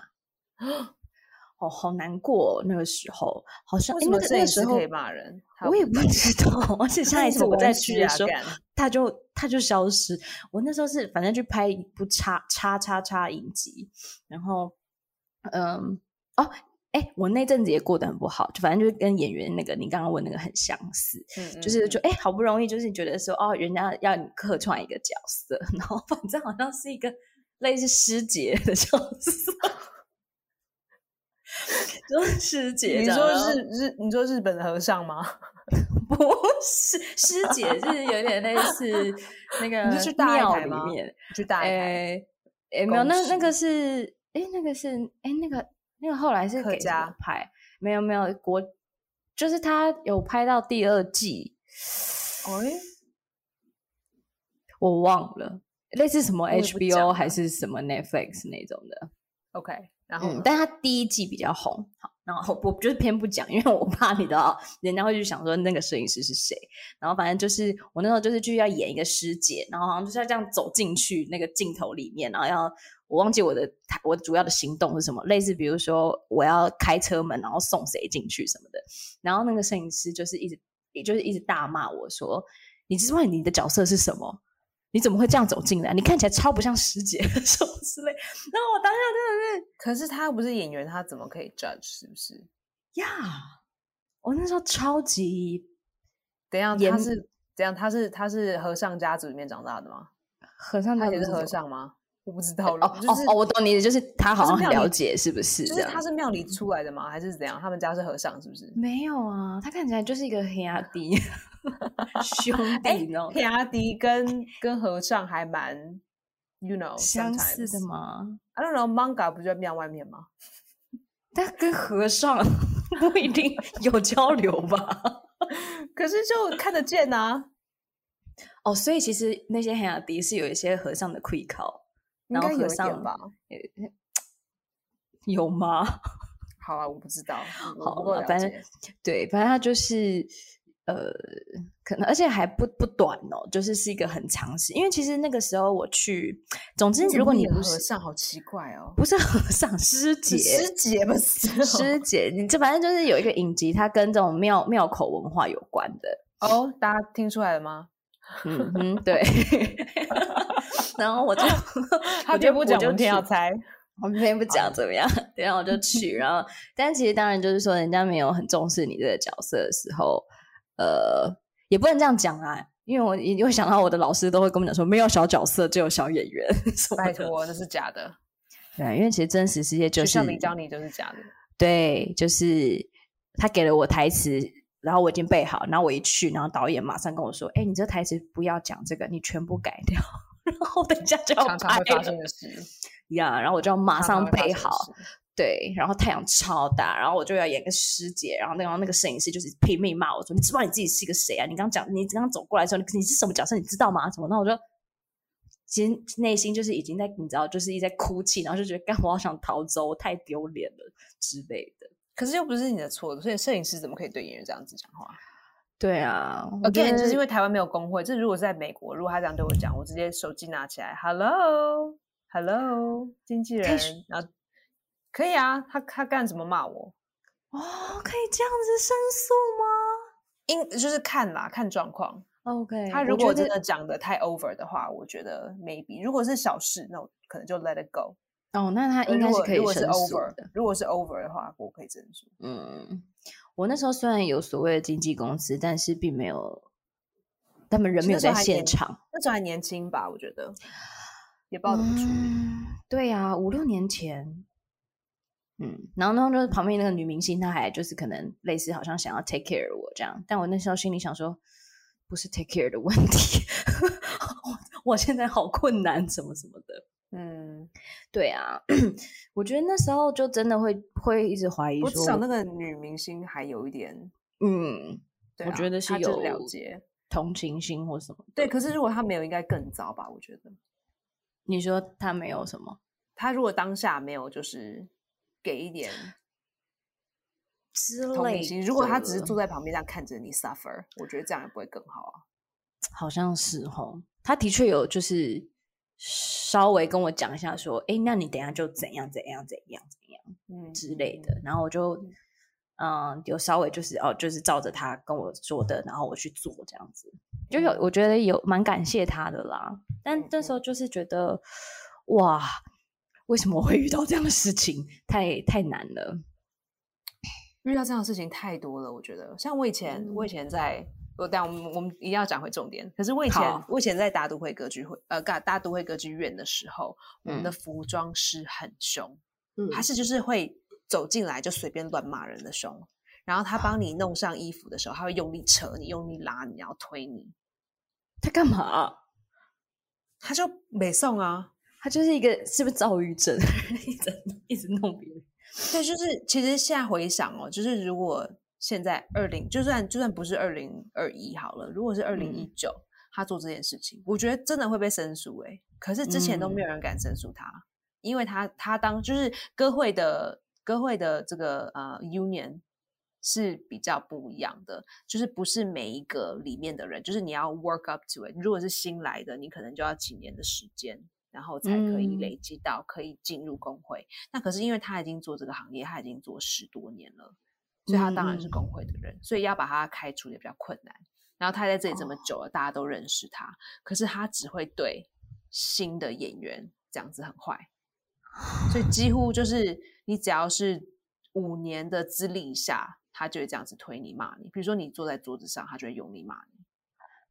Speaker 1: 哦，好难过、哦。那个时候好像
Speaker 2: 为
Speaker 1: 诶那
Speaker 2: 什么
Speaker 1: 个
Speaker 2: 摄
Speaker 1: 那
Speaker 2: 影
Speaker 1: 个时
Speaker 2: 师
Speaker 1: 候
Speaker 2: 可以骂人？他
Speaker 1: 我也不知道。 而且下
Speaker 2: 那
Speaker 1: 一
Speaker 2: 你
Speaker 1: 次
Speaker 2: 怎么
Speaker 1: 我在
Speaker 2: 会
Speaker 1: 去
Speaker 2: 去
Speaker 1: 的
Speaker 2: 啊
Speaker 1: 时候，
Speaker 2: 干
Speaker 1: 他就他就消失。我那时候是反正去拍一部叉叉叉叉影集，然后嗯哦。哎，我那阵子也过得很不好，就反正就是跟演员那个你刚刚问那个很相似，
Speaker 2: 嗯
Speaker 1: 就是
Speaker 2: 嗯
Speaker 1: 就哎、诶好不容易就是觉得说哦，人家要你客串一个角色，然后反正好像是一个类似师姐的角 色， 就是师姐
Speaker 2: 你
Speaker 1: 这样。
Speaker 2: 说
Speaker 1: 然后
Speaker 2: 日日，你说日本的和尚吗？
Speaker 1: 不是师姐，是有点类似那个
Speaker 2: 你是去大爱
Speaker 1: 庙
Speaker 2: 台
Speaker 1: 里
Speaker 2: 吗
Speaker 1: 面，
Speaker 2: 去 大台
Speaker 1: 哎哎没有，
Speaker 2: 公
Speaker 1: 那那
Speaker 2: 司
Speaker 1: 个是哎那个是哎那个那个后来是
Speaker 2: 客
Speaker 1: 给什么
Speaker 2: 家
Speaker 1: 拍，没有没有国，就是他有拍到第二季，
Speaker 2: 哎，
Speaker 1: 我忘了，类似什么
Speaker 2: 我也不讲啊
Speaker 1: HBO 还
Speaker 2: 了
Speaker 1: 是什么 Netflix 那种的，
Speaker 2: OK，然后
Speaker 1: 嗯
Speaker 2: 呢，
Speaker 1: 但他第一季比较红，好，然后我就是偏不讲，因为我怕你的人家会去想说那个摄影师是谁。然后反正就是我那时候就是去要演一个师姐，然后好像就是要这样走进去那个镜头里面，然后要我忘记我的我主要的行动是什么，类似比如说我要开车门，然后送谁进去什么的。然后那个摄影师就是一直也就是一直大骂我说：“你知不知道你的角色是什么？”你怎么会这样走进来？你看起来超不像师姐 什么之类。然后我当下真的是
Speaker 2: 可是他又不是演员，他怎么可以 judge？是不是？
Speaker 1: 呀我那时候超级
Speaker 2: 怎样？
Speaker 1: 演
Speaker 2: 他是怎样？他是他是和尚家族里面长大的吗？
Speaker 1: 和尚
Speaker 2: 他
Speaker 1: 家
Speaker 2: 也
Speaker 1: 族
Speaker 2: 是
Speaker 1: 是
Speaker 2: 和
Speaker 1: 什么
Speaker 2: 尚吗？我不知道
Speaker 1: 哦
Speaker 2: 了，就
Speaker 1: 哦
Speaker 2: 是
Speaker 1: 哦，我懂你的，就是他好
Speaker 2: 是
Speaker 1: 像很
Speaker 2: 庙里
Speaker 1: 了解，是不是？
Speaker 2: 就
Speaker 1: 这
Speaker 2: 是
Speaker 1: 样嗯
Speaker 2: 他是庙里出来的吗？还是怎样？他们家是和尚是不是？
Speaker 1: 没有啊，他看起来就是一个黑阿弟 兄
Speaker 2: 哎
Speaker 1: 弟那种，
Speaker 2: 黑阿迪跟跟和尚还蛮，you know，
Speaker 1: 相似的
Speaker 2: sometimes？
Speaker 1: 吗？
Speaker 2: I don't know，manga 不就在庙外面吗？
Speaker 1: 他跟和尚 不一定有交流吧？
Speaker 2: 可是就看得见啊 呐，
Speaker 1: 哦，所以其实那些黑阿弟是有一些和尚的愧靠，
Speaker 2: 应
Speaker 1: 然后
Speaker 2: 该有
Speaker 1: 和
Speaker 2: 一点
Speaker 1: 尚
Speaker 2: 吧？
Speaker 1: 有吗？
Speaker 2: 好啊，我不知道，我我
Speaker 1: 好
Speaker 2: 不够
Speaker 1: 了
Speaker 2: 了
Speaker 1: 反
Speaker 2: 解
Speaker 1: 正对，反正他就是呃，可能而且还不不短哦，就是是一个很长时，因为其实那个时候我去，总之
Speaker 2: 你怎
Speaker 1: 如果
Speaker 2: 么会
Speaker 1: 你
Speaker 2: 演
Speaker 1: 不
Speaker 2: 和
Speaker 1: 是
Speaker 2: 尚，好奇怪哦。
Speaker 1: 不是和尚师姐
Speaker 2: 是师姐哦不是
Speaker 1: 师姐，你这反正就是有一个影集，它跟这种庙庙口文化有关的，
Speaker 2: 哦，大家听出来了吗？
Speaker 1: 嗯哼， 对。 然后我就
Speaker 2: 他
Speaker 1: 我就
Speaker 2: 绝不
Speaker 1: 我
Speaker 2: 讲，
Speaker 1: 就
Speaker 2: 我们听
Speaker 1: 去
Speaker 2: 要 猜。
Speaker 1: 我们先不讲怎么样， 等一下我 就去。然后，但其实当然就是说，人家没有很重视你这个角色的时候，呃，也不能这样讲啊，因为我一定会想到我的老师都会跟我们讲说，没有小角色，只有小演员 什么
Speaker 2: 拜
Speaker 1: 的。
Speaker 2: 托，那是假的。
Speaker 1: 对，因为其实真实世界就
Speaker 2: 学
Speaker 1: 是
Speaker 2: 校没教你就是假的。
Speaker 1: 对，就是他给了我台词，然后我已经背好，然后我一去，然后导演马上跟我说：“哎，你这台词不要讲这个，你全部改掉。”然后等一下就要
Speaker 2: 常常会
Speaker 1: 拍
Speaker 2: 发
Speaker 1: 了
Speaker 2: 生的事，
Speaker 1: 呀，然后我就要哦哎马
Speaker 2: 常
Speaker 1: 上
Speaker 2: 常会发
Speaker 1: 背
Speaker 2: 生的
Speaker 1: 好，
Speaker 2: 事。
Speaker 1: 对，然后太阳超大，然后我就要演个师姐，然后那然后那个摄影师就是拼命骂我说：“你知不知道你自己是个谁啊？你刚讲你刚刚走过来的时候，你你是什么角色？你知道吗？什么？”那我就其实内心就是已经在你知道，就是一直在哭泣，然后就觉得干我好想逃走，我太丢脸了之类的。
Speaker 2: 可是又不是你的错，所以摄影师怎么可以对演员这样子讲话
Speaker 1: 对啊，我觉
Speaker 2: ？Again，
Speaker 1: 得
Speaker 2: 就是因为台湾没有工会。这如果是在美国，如果他这样对我讲，我直接手机拿起来，Hello，Hello，经纪
Speaker 1: 可以
Speaker 2: 人
Speaker 1: 说，
Speaker 2: 然后可以啊，他他干什么骂我？
Speaker 1: 哦，可以这样子申诉
Speaker 2: 因就是看啦，看状况。
Speaker 1: 吗？OK，
Speaker 2: 他
Speaker 1: 我
Speaker 2: 如
Speaker 1: 觉
Speaker 2: 果真
Speaker 1: 得
Speaker 2: 的讲的太 over 的话，我觉得 maybe 如果是小事，那我可能就 let it go。
Speaker 1: 哦，那他应
Speaker 2: 呃如
Speaker 1: 该是
Speaker 2: 果
Speaker 1: 可以
Speaker 2: 如果是
Speaker 1: 申诉
Speaker 2: over，
Speaker 1: 的。
Speaker 2: 如果是 over 的话，我可以申诉。
Speaker 1: 嗯，我那时候虽然有所谓的经纪公司，但是并没有，他们人
Speaker 2: 是
Speaker 1: 没有
Speaker 2: 那时候
Speaker 1: 在
Speaker 2: 还
Speaker 1: 现
Speaker 2: 年
Speaker 1: 场。
Speaker 2: 那时候还年轻吧，我觉得也不知道怎么处理。
Speaker 1: 嗯对啊，五六年前，嗯，然后呢，就是旁边那个女明星，她还就是可能类似，好像想要 take care 我这样，但我那时候心里想说， 不是 take care 的问题，我我现在好困难，什么什么的。
Speaker 2: 嗯，
Speaker 1: 对啊， 我觉得那时候就真的会会一直怀疑
Speaker 2: 我至
Speaker 1: 说，
Speaker 2: 少那个女明星还有一点，
Speaker 1: 嗯，
Speaker 2: 对
Speaker 1: 我
Speaker 2: 啊
Speaker 1: 觉得是
Speaker 2: 她就了
Speaker 1: 有
Speaker 2: 解。
Speaker 1: 同情心或什么。
Speaker 2: 对，，可是如果她没有，应该更糟吧？我觉得
Speaker 1: 你说他没有什么，
Speaker 2: 她如果当下没有，就是给一点
Speaker 1: 之
Speaker 2: 同
Speaker 1: 类
Speaker 2: 理心。如果她只是
Speaker 1: 的
Speaker 2: 坐在旁边这样看着你 suffer，我觉得这样也不会更好啊。
Speaker 1: 好像是吼，他的确有就是稍微跟我讲一下说，诶，那你等一下就怎样怎样怎样怎样
Speaker 2: 嗯
Speaker 1: 之类的，然后我就嗯有稍微就是哦就是照着他跟我说的，然后我去做这样子，就有
Speaker 2: 嗯
Speaker 1: 我觉得有蛮感谢他的啦，但
Speaker 2: 嗯
Speaker 1: 那时候就是觉得哇，为什么会遇到这样的事情，太太难了，
Speaker 2: 遇到这样的事情太多了，我觉得。像我以前，
Speaker 1: 嗯
Speaker 2: 我以前在，我但我们我们一定要讲回重点。可是我以前
Speaker 1: 好，
Speaker 2: 我以前在大都会歌剧会，呃，大大都会歌剧院的时候，我们的
Speaker 1: 嗯
Speaker 2: 服装师很凶，
Speaker 1: 嗯
Speaker 2: 他是就是会走进来就随便乱骂人的凶。然后他帮你弄上衣服的时候，他会用力扯你，用力拉你，然后推你，
Speaker 1: 他干嘛、
Speaker 2: 他就没送啊。
Speaker 1: 他就是一个是不是躁郁症， 一直一直弄别人。
Speaker 2: 对，就是其实现在回想哦，就是如果现在二零，就算就算不是二零二一好了，如果是二零一九，他做这件事情，我觉得真的会被申诉诶、可是之前都没有人敢申诉他，因为他他当就是歌会的歌会的这个呃 union 是比较不一样的，就是不是每一个里面的人，就是你要 work up to it。如果是新来的，你可能就要几年的时间，然后才可以
Speaker 1: 嗯
Speaker 2: 累积到可以进入工会。那可是因为他已经做这个行业，他已经做十多年了，所以他当然是
Speaker 1: 嗯
Speaker 2: 工会的人，所以要把他开除也比较困难。然后他在这里这么久了，大家都认识他，可是他只会对新的演员这样子很坏，所以几乎就是你只要是五年的资历以下，他就会这样子推你骂你。比如说你坐在桌子上，他就会用力骂你。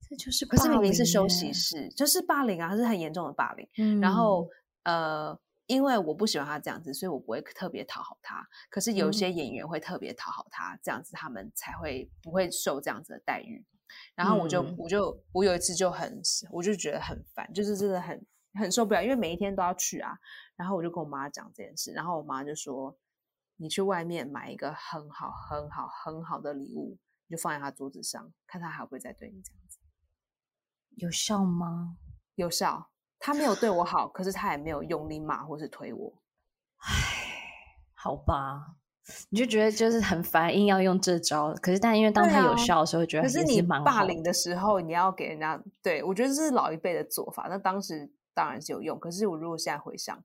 Speaker 1: 这就是
Speaker 2: 可是明明
Speaker 1: 凌
Speaker 2: 是休息
Speaker 1: 耶，
Speaker 2: 室，就是霸凌啊，它是很严重的霸凌。
Speaker 1: 嗯
Speaker 2: 然后呃，因为我不喜欢他这样子，所以我不会特别讨好他。可是有一
Speaker 1: 嗯
Speaker 2: 些演员会特别讨好他，这样子他们才会不会受这样子的待遇。然后我就、
Speaker 1: 嗯
Speaker 2: 我就我有一次就很我就觉得很烦，就是真的很很受不了，因为每一天都要去啊。然后我就跟我妈讲这件事，然后我妈就说：“你去外面买一个很好很好很好的礼物，你就放在他桌子上，看他还会不会再对你这样子。”
Speaker 1: 有效吗？
Speaker 2: 有效。他没有对我好，可是他也没有用力骂或是推我。
Speaker 1: 好吧，你就觉得就是很烦，硬要用这招。可是，但因为当
Speaker 2: 对
Speaker 1: 它有
Speaker 2: 啊
Speaker 1: 效的时候，觉得
Speaker 2: 可
Speaker 1: 也
Speaker 2: 是
Speaker 1: 是
Speaker 2: 你
Speaker 1: 蛮
Speaker 2: 霸
Speaker 1: 好
Speaker 2: 凌的时候，你要给人家对我觉得这是老一辈的做法。那当时当然是有用，可是我如果现在回想，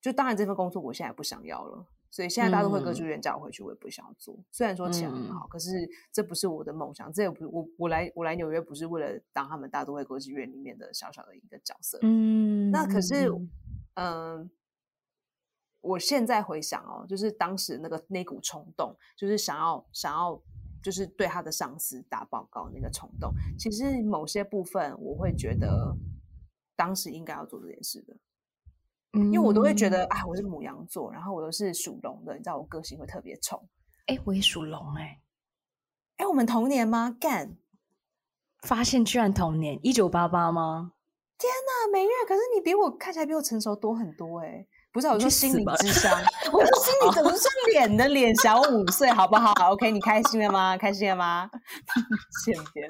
Speaker 2: 就当然这份工作我现在不想要了，所以现在大都会歌
Speaker 1: 嗯
Speaker 2: 剧院叫我回去，我也不想要做。虽然说钱很好，可是这不是我的梦想，这也不我我来我来纽约不是为了当他们大都会歌剧院里面的小小的一个角色，
Speaker 1: 嗯，
Speaker 2: 那可是
Speaker 1: 嗯
Speaker 2: 嗯，我现在回想哦，就是当时那个那股冲动，就是想要想要就是对他的上司打报告那个冲动，其实某些部分我会觉得当时应该要做这件事的，
Speaker 1: 嗯
Speaker 2: 因为我都会觉得，，哎，我是母羊座，然后我又是属龙的，你知道我个性会特别冲。
Speaker 1: 哎、诶我也属龙哎、
Speaker 2: 哎，我们同年吗？干，
Speaker 1: 发现居然同年一九八八吗？
Speaker 2: 那美月，可是你比我看起来比我成熟多很多哎、不是啊，我
Speaker 1: 你
Speaker 2: 说
Speaker 1: 去
Speaker 2: 心
Speaker 1: 死
Speaker 2: 理
Speaker 1: 吧
Speaker 2: 智商，我说心理怎么是脸的脸小五岁，好不 好？OK，你开心了吗？开心了吗？欠扁，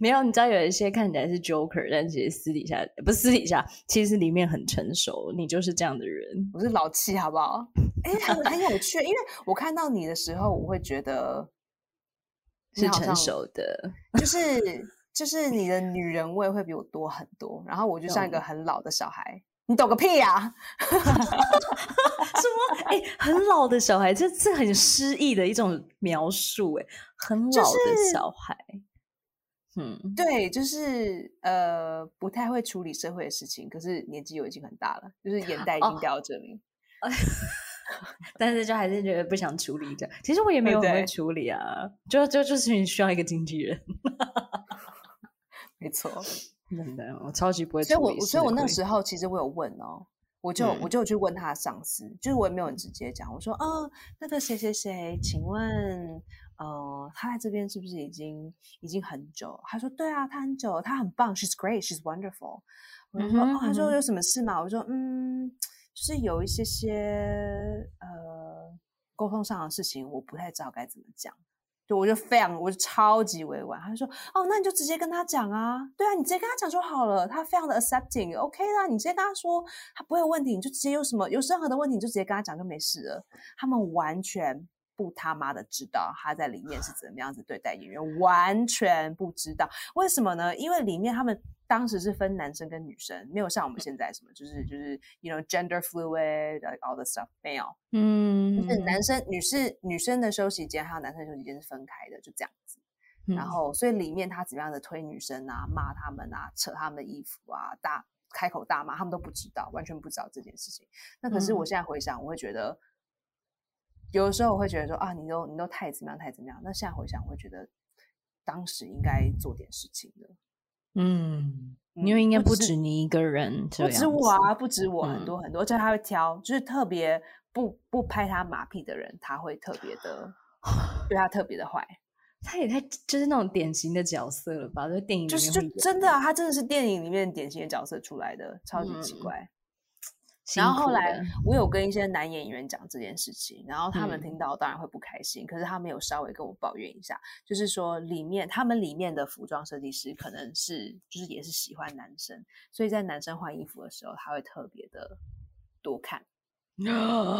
Speaker 1: 没有，你知道有一些看起来是 joker，但其实私底下不是私底下，其实里面很成熟。你就是这样的人，
Speaker 2: 我是老气，好不好？哎、很很有趣，因为我看到你的时候，我会觉得你
Speaker 1: 是
Speaker 2: 好
Speaker 1: 成
Speaker 2: 像
Speaker 1: 熟的。
Speaker 2: 就是就是你的女人味会比我多很多，然后我就像一个
Speaker 1: 懂
Speaker 2: 很老的小孩，你懂个屁啊呀、
Speaker 1: 什么？哎、很老的小孩，这这很诗意的一种描述、哎，很
Speaker 2: 就
Speaker 1: 老
Speaker 2: 是
Speaker 1: 的小孩。嗯，
Speaker 2: 对，就是呃，不太会处理社会的事情，可是年纪又已经很大了，就是眼袋已
Speaker 1: 哦
Speaker 2: 经掉到这里。
Speaker 1: 但是就还是觉得不想处理这样。其实我也没有很
Speaker 2: 对
Speaker 1: 会
Speaker 2: 对
Speaker 1: 处理啊，就就就是你需要一个经纪人，
Speaker 2: 没错，
Speaker 1: 真的，我超级不会处
Speaker 2: 所以
Speaker 1: 理
Speaker 2: 我所以我那
Speaker 1: 会
Speaker 2: 时候其实我有问哦，我就、
Speaker 1: 嗯
Speaker 2: 我就有去问哦他的上司，就是我也没有很直接讲，我说啊、那个谁谁谁，请问呃，他在这边是不是已经已经很久？他说对啊，他很久，他很棒，she's great，she's wonderful。我就说、
Speaker 1: 嗯哼
Speaker 2: 哦，他
Speaker 1: 嗯
Speaker 2: 说
Speaker 1: 哼
Speaker 2: 有什么事吗？我说嗯，就是有一些些呃沟通上的事情，我不太知道该怎么讲。对，我就非常，我就超级委婉。他就说：“哦，那你就直接跟他讲啊，对啊，你直接跟他讲就好了。他非常的 accepting，OK、啦，你直接跟他说，他不会有问题，你就直接有什么有任何的问题，你就直接跟他讲就没事了。他们完全不他妈的知道他在里面是怎么样子对待演员，完全不知道。为什么呢？因为里面他们当时是分男生跟女生，没有像我们现在什么就是就是，you know gender fluid like all the stuff 没有。
Speaker 1: 嗯，
Speaker 2: 就是男生、女士、女生的休息间还有男生的休息间是分开的，就这样子。然
Speaker 1: 嗯
Speaker 2: 后，所以里面他怎么样的推女生啊、骂他们啊、扯他们的衣服啊、大开口大骂，他们都不知道，完全不知道这件事情。那可是我
Speaker 1: 嗯
Speaker 2: 现在回想，我会觉得，有的时候我会觉得说啊，你都你都太怎么样太怎么样。那现在回想，我会觉得当时应该做点事情的。
Speaker 1: 嗯，因为
Speaker 2: 嗯
Speaker 1: 应该
Speaker 2: 不
Speaker 1: 不
Speaker 2: 止
Speaker 1: 止你一个人这
Speaker 2: 不
Speaker 1: 样，
Speaker 2: 止我，啊，不止我，很
Speaker 1: 嗯
Speaker 2: 多很多，而且他会挑，就是特别不不拍他马屁的人，他会特别的对他特别的坏，
Speaker 1: 他也太就是那种典型的角色了吧？就是电影里
Speaker 2: 就是
Speaker 1: 面
Speaker 2: 就
Speaker 1: 会演
Speaker 2: 真的啊，他真的是电影里面典型的角色出来的，超级奇
Speaker 1: 嗯
Speaker 2: 怪。
Speaker 1: 辛
Speaker 2: 然后后
Speaker 1: 苦
Speaker 2: 来
Speaker 1: 的
Speaker 2: 我有跟一些男演员讲这件事情，然后他
Speaker 1: 嗯
Speaker 2: 们听到当然会不开心，可是他们有稍微跟我抱怨一下，就是说里面他们里面的服装设计师可能是就是也是喜欢男生，所以在男生换衣服的时候，他会特别的多看。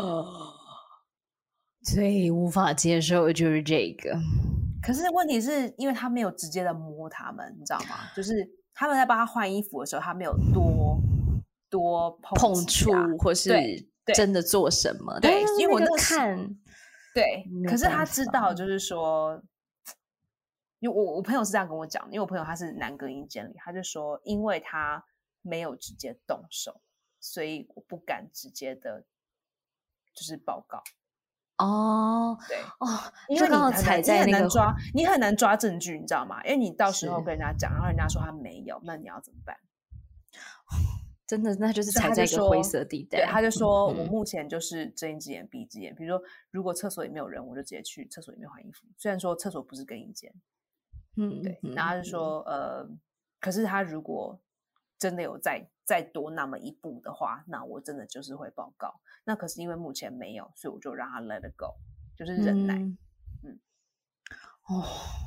Speaker 1: 最无法接受的就是这个，
Speaker 2: 可是问题是因为他没有直接的摸他们，你知道吗？就是他们在帮他换衣服的时候，他没有多多碰
Speaker 1: 碰
Speaker 2: 击
Speaker 1: 触
Speaker 2: 啊
Speaker 1: 或
Speaker 2: 对
Speaker 1: 是
Speaker 2: 对
Speaker 1: 真的做什么，
Speaker 2: 对
Speaker 1: 但是
Speaker 2: 因为我
Speaker 1: 那
Speaker 2: 那
Speaker 1: 个
Speaker 2: 时
Speaker 1: 看，
Speaker 2: 对，
Speaker 1: 没
Speaker 2: 可
Speaker 1: 有
Speaker 2: 是他
Speaker 1: 办
Speaker 2: 知
Speaker 1: 法
Speaker 2: 道，就是说，因为我我朋友是这样跟我讲的，因为我朋友他是男更衣间里，他就说，因为他没有直接动手，所以我不敢直接的，就是报告。
Speaker 1: 哦
Speaker 2: 对，
Speaker 1: 哦，
Speaker 2: 因
Speaker 1: 就
Speaker 2: 为你
Speaker 1: 刚好
Speaker 2: 很难
Speaker 1: 踩
Speaker 2: 你
Speaker 1: 在
Speaker 2: 很
Speaker 1: 那
Speaker 2: 难
Speaker 1: 个
Speaker 2: 抓，你很难抓证据，你知道吗？因为你到时候
Speaker 1: 是
Speaker 2: 跟人家讲，然后人家说他没有，那你要怎么办？
Speaker 1: 真的，那就是
Speaker 2: 所以
Speaker 1: 踩
Speaker 2: 他
Speaker 1: 在一
Speaker 2: 就
Speaker 1: 个灰
Speaker 2: 说
Speaker 1: 色地带。
Speaker 2: 对，他就说我
Speaker 1: 嗯
Speaker 2: 目前就是睁一只眼闭一只眼。比如说，如果厕所里没有人，我就直接去厕所里面换衣服。虽然说厕所不是更衣间，
Speaker 1: 嗯，
Speaker 2: 对，
Speaker 1: 嗯
Speaker 2: 然后他就，说，呃，可是他如果真的有再再多那么一步的话，那我真的就是会报告。那可是因为目前没有，所以我就让他 let it go，就是
Speaker 1: 嗯
Speaker 2: 忍耐。。
Speaker 1: 嗯
Speaker 2: 嗯，
Speaker 1: 哦，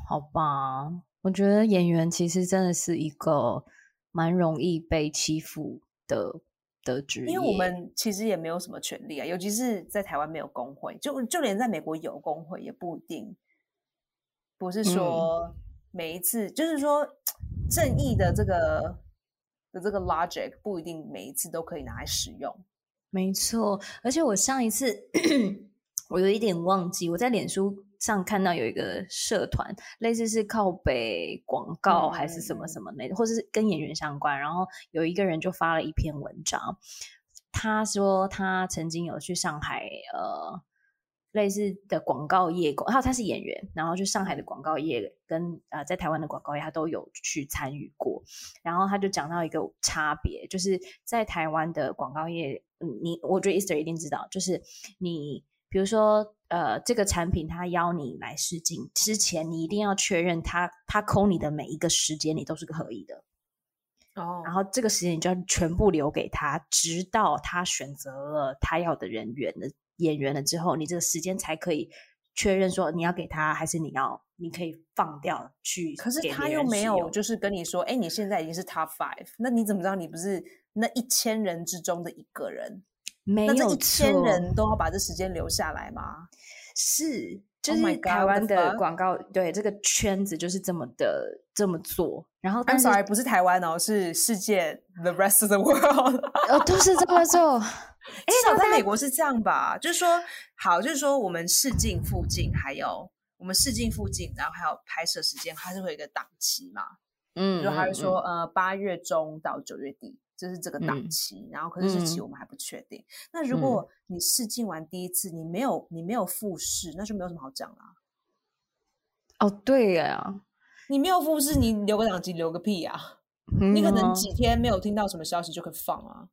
Speaker 1: 好吧，我觉得演员其实真的是一个蛮容易被欺负的的职业，
Speaker 2: 因为我们其实也没有什么权利啊，尤其是在台湾没有工会，就就连在美国有工会也不一定，不
Speaker 1: 嗯
Speaker 2: 是说每一次，就是说正义的这个的这个 logic 不一定每一次都可以拿来使用。
Speaker 1: 没错，而且我上一次 我有一点忘记，我在脸书上看到有一个社团，类似是靠北广告还是什么什么那，或者是跟演员相关。然后有一个人就发了一篇文章，他说他曾经有去上海呃类似的广告业工，然后他是演员，然后去上海的广告业跟呃在台湾的广告业他都有去参与过。然后他就讲到一个差别，就是在台湾的广告业，嗯，你我觉得 Easter 一定知道，就是你比如说呃，这个产品他邀你来试镜之前，你一定要确认他他抠你的每一个时间你都是合意的，
Speaker 2: 哦
Speaker 1: 然后这个时间你就要全部留给他，直到他选择了他要的人员的演员了之后，你这个时间才可以确认说你要给他还是你要你可以放掉去给别人
Speaker 2: 可
Speaker 1: 使
Speaker 2: 是
Speaker 1: 用，
Speaker 2: 他又没有，就是跟你说，哎，你现在已经是 top five，那你怎么知道你不是那一千人之中的一个人？
Speaker 1: 没
Speaker 2: 那这
Speaker 1: 有
Speaker 2: 一千
Speaker 1: 错
Speaker 2: 人都要把这时间留下来吗？
Speaker 1: 是，就
Speaker 2: Oh my
Speaker 1: 是台
Speaker 2: God,
Speaker 1: 湾
Speaker 2: the
Speaker 1: 的
Speaker 2: fuck?
Speaker 1: 广告，对这个圈子就是这么的这么做。然后， 但
Speaker 2: I'm
Speaker 1: 是
Speaker 2: sorry，不是台湾哦，是世界 the rest of the world。
Speaker 1: 呃都是这么 做。
Speaker 2: 哎，至少在美国是这样吧？就是说，好，就是说我们试镜附近还有。我们试镜附近，然后还有拍摄时间，它是会有一个档期嘛？
Speaker 1: 嗯，
Speaker 2: 就他会
Speaker 1: 嗯
Speaker 2: 说，呃，八月中到九月底，这是这个档
Speaker 1: 嗯
Speaker 2: 期。然后可是日期
Speaker 1: 嗯
Speaker 2: 我们还不确定。那如果你试镜完第一次，你没有你没有复试，那就没有什么好讲啦、
Speaker 1: 嗯哦，对呀，
Speaker 2: 你没有复试，你留个档期留个屁啊！你
Speaker 1: 你
Speaker 2: 可能几天没有听到什么消息就可以放啊。
Speaker 1: 哦嗯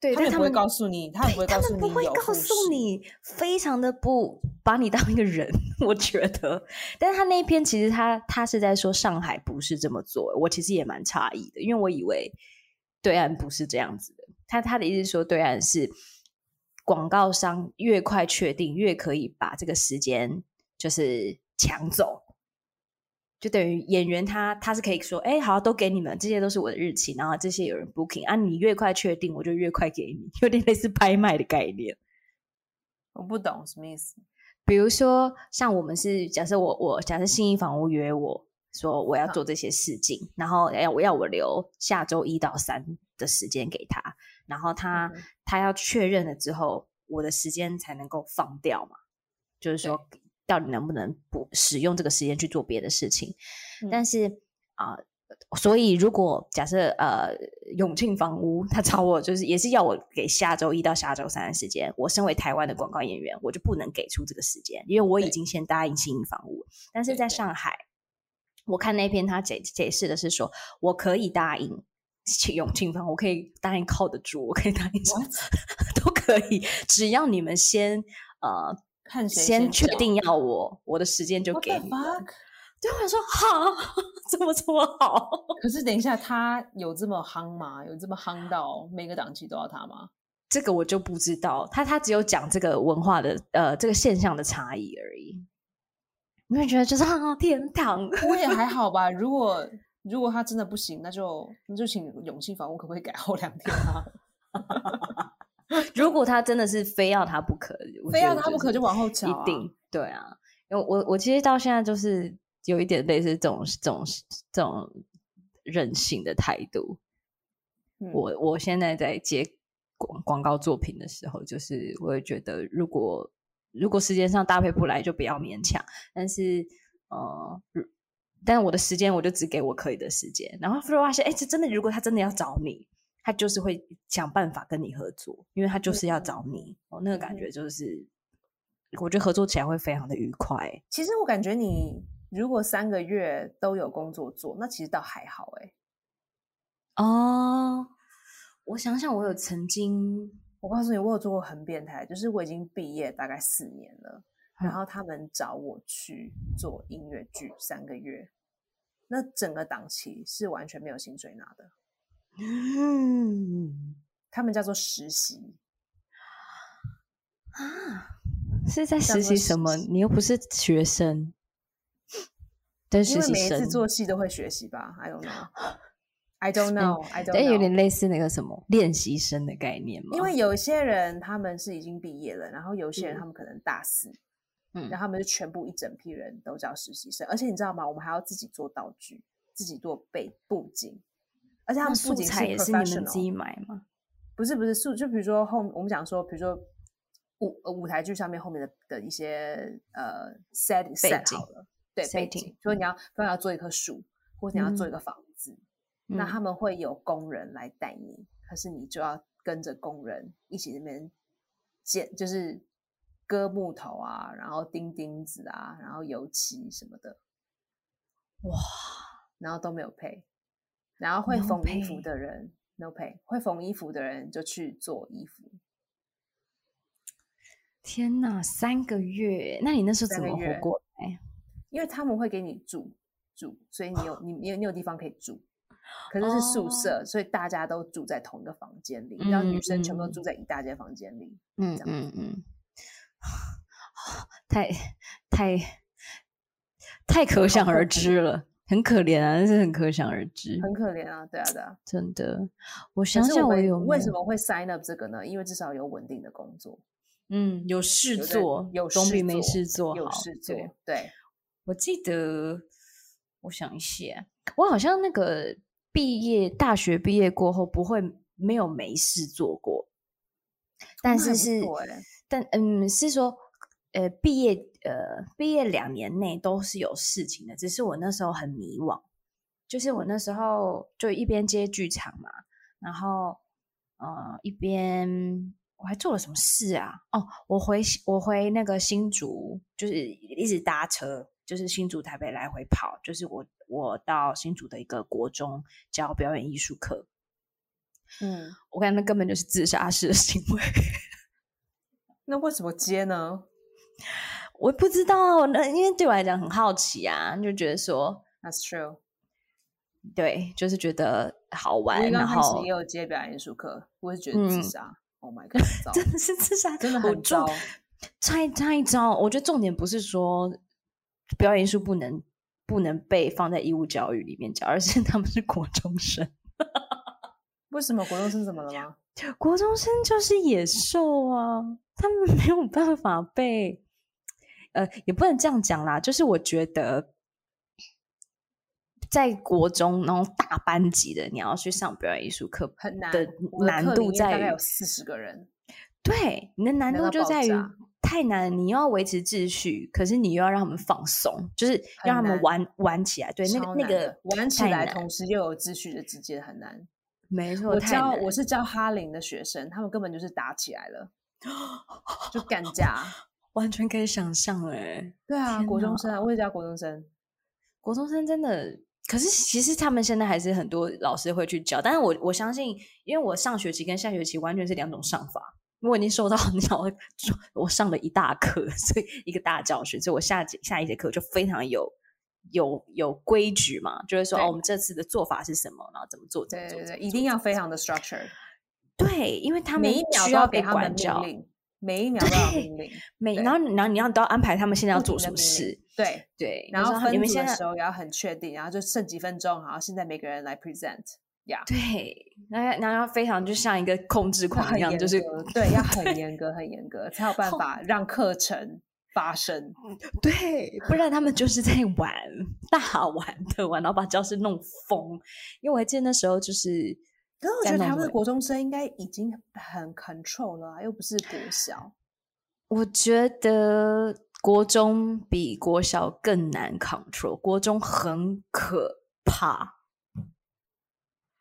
Speaker 1: 对，
Speaker 2: 他
Speaker 1: 但他
Speaker 2: 们也不会
Speaker 1: 们
Speaker 2: 告诉你，他们不会
Speaker 1: 对他
Speaker 2: 告诉
Speaker 1: 们
Speaker 2: 你，
Speaker 1: 不会告诉，你，非常的不把你当一个人， 我觉得。但是他那一篇其实他他是在说上海不是这么做，我其实也蛮诧异的，因为我以为对岸不是这样子的。他他的意思是说，对岸是广告商越快确定，越可以把这个时间就是抢走。就等于演员他他是可以说，哎、好，都给你们，这些都是我的日期，然后这些有人 booking 啊，你越快确定，我就越快给你，有点类似拍卖的概念。
Speaker 2: 我不懂什么意思。
Speaker 1: 比如说，像我们是假设我我假设信义房屋约我说我要
Speaker 2: 嗯
Speaker 1: 做这些事情，然后要我要我留下周一到三的时间给他，然后他、
Speaker 2: 嗯哼
Speaker 1: 他要确认了之后，我的时间才能够放掉嘛，就是说到底能不能不使用这个时间去做别的事情？
Speaker 2: 嗯
Speaker 1: 但是啊、所以如果假设呃永庆房屋他找我就是也是要我给下周一到下周三的时间，我身为台湾的广告演员，我就不能给出这个时间，因为我已
Speaker 2: 对
Speaker 1: 经先答应新营房屋了，但是
Speaker 2: 对
Speaker 1: 在
Speaker 2: 对
Speaker 1: 上海。我看那篇他解解释的是说，我可以答应请永庆方，我可以答应靠得住，我可以答应什么 都可以，只要你们先呃
Speaker 2: 看谁
Speaker 1: 先确
Speaker 2: 讲
Speaker 1: 定要我，我的时间就
Speaker 2: What
Speaker 1: 给
Speaker 2: the
Speaker 1: 你们。
Speaker 2: fuck？
Speaker 1: 对，啊我想说好， 怎么这么好？
Speaker 2: 可是等一下，他有这么夯吗？有这么夯到每个档期都要他吗？
Speaker 1: 这个我就不知道，他他只有讲这个文化的呃这个现象的差异而已。你会觉得就是啊天堂，
Speaker 2: 我也 还好吧。如果如果他真的不行，那就那就请永庆房屋可不可以改后两天 啊？
Speaker 1: 如果他真的是非要他不可，我
Speaker 2: 非
Speaker 1: 觉
Speaker 2: 要
Speaker 1: 得
Speaker 2: 他不可
Speaker 1: 是
Speaker 2: 就往后调、啊，
Speaker 1: 一定对啊。因为我我其实到现在就是有一点类似这种这种这种任性的态度。
Speaker 2: 嗯
Speaker 1: 我我现在在接广广告作品的时候，就是我会觉得，如果如果时间上搭配不来，就不要勉强。但是，呃，如但我的时间我就只给我可以的时间。然后弗洛发现，哎，这真的，如果他真的要找你，他就是会想办法跟你合作，因为他就是要找你。哦，那个感
Speaker 2: 嗯哼
Speaker 1: 觉就是，我觉得合作起来会非常的愉快、
Speaker 2: 其实我感觉你如果三个月都有工作做，那其实倒还好哎、
Speaker 1: 哦，我想想，我有曾经
Speaker 2: 我告诉你，我有做过很变态，就是我已经毕业大概四年了，然
Speaker 1: 嗯
Speaker 2: 后他们找我去做音乐剧三个月，那整个档期是完全没有薪水拿的，
Speaker 1: 嗯
Speaker 2: 他们叫做实习。
Speaker 1: 啊，是在
Speaker 2: 叫
Speaker 1: 实
Speaker 2: 做
Speaker 1: 习
Speaker 2: 实
Speaker 1: 什么？
Speaker 2: 习
Speaker 1: 你又不是学生，但
Speaker 2: 因
Speaker 1: 实
Speaker 2: 为
Speaker 1: 习
Speaker 2: 每一
Speaker 1: 生
Speaker 2: 次，做戏都会学习吧？I don't know, I don't know, I don't
Speaker 1: 但
Speaker 2: know。
Speaker 1: 有点类似那个什么练习生的概念嘛。
Speaker 2: 因为有一些人他们是已经毕业了，然后有一些人
Speaker 1: 嗯
Speaker 2: 他们可能大四，
Speaker 1: 嗯
Speaker 2: 然后他们就全部一整批人都叫实习生。而且你知道吗？我们还要自己做道具，自己做背布景，而且他
Speaker 1: 那
Speaker 2: 们
Speaker 1: 素
Speaker 2: 不仅
Speaker 1: 材也是你们
Speaker 2: professional，
Speaker 1: 自己买吗？
Speaker 2: 不是不是素，就比如说后我们讲说，比如说舞呃舞台剧上面后面的的一些呃 set
Speaker 1: 背
Speaker 2: set
Speaker 1: 景
Speaker 2: 好了，对背
Speaker 1: setting 嗯
Speaker 2: 景，所以你要不然要做一棵树，或者你要做一个房子，那
Speaker 1: 嗯
Speaker 2: 他们会有工人来带你，可是你就要跟着工人一起那边建，就是割木头啊，然后钉钉子啊，然后油漆什么的，
Speaker 1: 哇，
Speaker 2: 然后都没有配，然后会
Speaker 1: No
Speaker 2: 缝衣服
Speaker 1: pay
Speaker 2: 的人 no pay，会缝衣服的人就去做衣服，
Speaker 1: 天哪，三个月！那你那时候
Speaker 2: 三
Speaker 1: 怎
Speaker 2: 个
Speaker 1: 么活
Speaker 2: 月
Speaker 1: 过来？
Speaker 2: 因为他们会给你住住，所以你有你你有你有地方可以住，可是是宿
Speaker 1: 哦
Speaker 2: 舍，所以大家都住在同一个房间里，然后女
Speaker 1: 嗯
Speaker 2: 生全部都
Speaker 1: 嗯
Speaker 2: 住在一大间房间里。
Speaker 1: 嗯
Speaker 2: 这样
Speaker 1: 嗯嗯，太太太可想
Speaker 2: 痛
Speaker 1: 而
Speaker 2: 苦
Speaker 1: 知了，很可怜啊，但是很可想而知，
Speaker 2: 很可怜啊，对啊，对啊。
Speaker 1: 真的。我
Speaker 2: 可
Speaker 1: 想
Speaker 2: 是
Speaker 1: 想，
Speaker 2: 我
Speaker 1: 我
Speaker 2: 们
Speaker 1: 有
Speaker 2: 为
Speaker 1: 没
Speaker 2: 什
Speaker 1: 有
Speaker 2: 么会 sign up 这个呢？因为至少有稳定的工作，
Speaker 1: 嗯，有事
Speaker 2: 有的
Speaker 1: 做，
Speaker 2: 有
Speaker 1: 总
Speaker 2: 事
Speaker 1: 比没
Speaker 2: 做
Speaker 1: 事做好。
Speaker 2: 有事做
Speaker 1: 对，
Speaker 2: 对，
Speaker 1: 我记得，我想一下，我好像那个毕业，大学毕业过后不会没有没事做过，但
Speaker 2: 哦那还
Speaker 1: 是
Speaker 2: 不
Speaker 1: 是，
Speaker 2: 错欸
Speaker 1: 但嗯，是说，呃，毕业呃，毕业两年内都是有事情的，只是我那时候很迷惘，就是我那时候就一边接剧场嘛，然后呃一边我还做了什么事啊？哦，我回西我回那个新竹，就是一直搭车，就是新竹台北来回跑，就是我我到新竹的一个国中教表演艺术课，
Speaker 2: 嗯，
Speaker 1: 我感觉那根本就是自杀式的行为。
Speaker 2: 那为什么接呢？
Speaker 1: 我不知道，那因为对我来讲很好奇啊，就觉得说，
Speaker 2: That's true。
Speaker 1: 对，就是觉得好
Speaker 2: 我
Speaker 1: 玩，
Speaker 2: 一刚
Speaker 1: 然
Speaker 2: 开始
Speaker 1: 后
Speaker 2: 也有接表演艺术课，我也觉得自
Speaker 1: 嗯
Speaker 2: 杀。Oh my god，糟
Speaker 1: 真的是自杀，
Speaker 2: 真的
Speaker 1: 我
Speaker 2: 很糟
Speaker 1: 重。太太糟。我觉得重点不是说表演艺术不能不能被放在义务教育里面教，而是他们是国中生，
Speaker 2: 为什么国中生怎么了 吗？
Speaker 1: 国中生就是野兽啊，他们没有办法被，呃，也不能这样讲啦。就是我觉得。在国中，然后大班级的，你要去上表演艺术课，
Speaker 2: 很难
Speaker 1: 的
Speaker 2: 我的
Speaker 1: 难
Speaker 2: 课里
Speaker 1: 度
Speaker 2: 面大
Speaker 1: 在
Speaker 2: 概
Speaker 1: 于
Speaker 2: 有四十个人，
Speaker 1: 对，你的难
Speaker 2: 难
Speaker 1: 度
Speaker 2: 到
Speaker 1: 就
Speaker 2: 爆
Speaker 1: 在于
Speaker 2: 炸
Speaker 1: 太难了，你又要维持秩序，可是你又要让他们放松，就是
Speaker 2: 很
Speaker 1: 要他们
Speaker 2: 难
Speaker 1: 玩玩起来。对，那个
Speaker 2: 超
Speaker 1: 那
Speaker 2: 难的
Speaker 1: 个
Speaker 2: 玩起
Speaker 1: 太
Speaker 2: 来，
Speaker 1: 难
Speaker 2: 同时又有秩序的之间很难。
Speaker 1: 没错，
Speaker 2: 我
Speaker 1: 太
Speaker 2: 教
Speaker 1: 难
Speaker 2: 我是教哈林的学生，他们根本就是打起来了，就 干架。
Speaker 1: 完全可以想象哎、
Speaker 2: 对啊，
Speaker 1: 天
Speaker 2: 国中
Speaker 1: 哪
Speaker 2: 生啊，我也教国中生。
Speaker 1: 国中生真的。可是其实他们现在还是很多老师会去教，但是我我相信，因为我上学期跟下学期完全是两种上法。我已经受到 你知道我我上了一大课，所以一个大教训，所以我下节下一节课就非常有有有规矩嘛，就会说
Speaker 2: 对
Speaker 1: 哦，我们这次的做法是什么，然后怎么做，怎么
Speaker 2: 对
Speaker 1: 做，
Speaker 2: 对
Speaker 1: 怎
Speaker 2: 对，
Speaker 1: 么
Speaker 2: 一
Speaker 1: 做
Speaker 2: 定要
Speaker 1: 怎么
Speaker 2: 非常的 structure，
Speaker 1: 对，因为他们
Speaker 2: 每一秒
Speaker 1: 需
Speaker 2: 都要
Speaker 1: 被
Speaker 2: 给他们
Speaker 1: 管教
Speaker 2: 命，令，每一秒都要
Speaker 1: 对
Speaker 2: 命令，
Speaker 1: 每
Speaker 2: 对
Speaker 1: 然后然后你要你都要安排他们现在要
Speaker 2: 不
Speaker 1: 做
Speaker 2: 停地
Speaker 1: 什么
Speaker 2: 命令
Speaker 1: 事，
Speaker 2: 对。
Speaker 1: 对，
Speaker 2: 然
Speaker 1: 你
Speaker 2: 后
Speaker 1: 说他
Speaker 2: 分
Speaker 1: 你们
Speaker 2: 组
Speaker 1: 现
Speaker 2: 的
Speaker 1: 在
Speaker 2: 时候也要很确定，然后就剩几分钟，好，现在每个人 来 present，呀、
Speaker 1: 对，然后然后要非常就像一个控制
Speaker 2: 要
Speaker 1: 狂
Speaker 2: 很
Speaker 1: 一样，
Speaker 2: 严
Speaker 1: 就是
Speaker 2: 格对，要很严格，很严格，才有 办
Speaker 1: 后
Speaker 2: 法让课程发生。
Speaker 1: 对，不然他们就是在玩大玩的玩，然后把教室弄疯。因为我还记得那时候就是
Speaker 2: 可是我
Speaker 1: 在
Speaker 2: 觉
Speaker 1: 弄
Speaker 2: 得台湾
Speaker 1: 什
Speaker 2: 的
Speaker 1: 么
Speaker 2: 国中生应该已经很 control 了啊、又不是国小，
Speaker 1: 我觉得国中比国小更难 control，国中很可怕。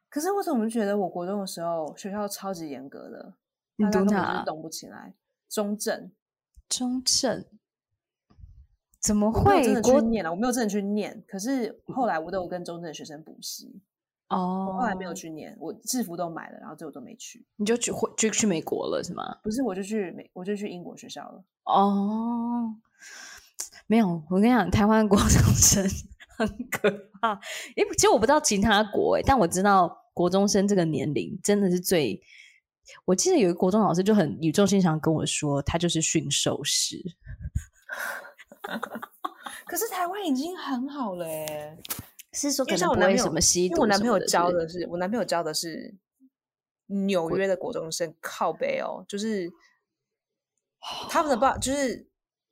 Speaker 2: 可是我怎么觉得我国中的时候学校超级严格的，
Speaker 1: 你
Speaker 2: 大家
Speaker 1: 读
Speaker 2: 根本
Speaker 1: 哪
Speaker 2: 就是
Speaker 1: 啊
Speaker 2: 懂不起来。中正，
Speaker 1: 中正怎么
Speaker 2: 我没有
Speaker 1: 会
Speaker 2: 真的
Speaker 1: 国
Speaker 2: 去念了，我没有真的去念。可是后来我都有跟中正的学生补习，我
Speaker 1: 哦？
Speaker 2: 后来没有，去念，我制服都买了，然后最后都没去。
Speaker 1: 你就去回就去美国了是吗？
Speaker 2: 不是，我就去美，我就去英国学校了。
Speaker 1: 哦，没有，我跟你讲，台湾国中生 很可怕。诶，其实我不知道其他国、诶，但我知道国中生这个年龄真的是最。我记得有一个国中老师就很语重心长地跟我说，他就是驯兽师。
Speaker 2: 可是台湾已经很好了耶，
Speaker 1: 是说
Speaker 2: 因为
Speaker 1: 可
Speaker 2: 像
Speaker 1: 能
Speaker 2: 我
Speaker 1: 不
Speaker 2: 男
Speaker 1: 会
Speaker 2: 朋友
Speaker 1: 什么吸
Speaker 2: 因
Speaker 1: 毒
Speaker 2: 为我男
Speaker 1: 什
Speaker 2: 朋
Speaker 1: 么
Speaker 2: 友
Speaker 1: 的
Speaker 2: 教
Speaker 1: 是不是
Speaker 2: 的是，我男朋友教的是纽约的国中生，靠北哦，就是他们的爸，就是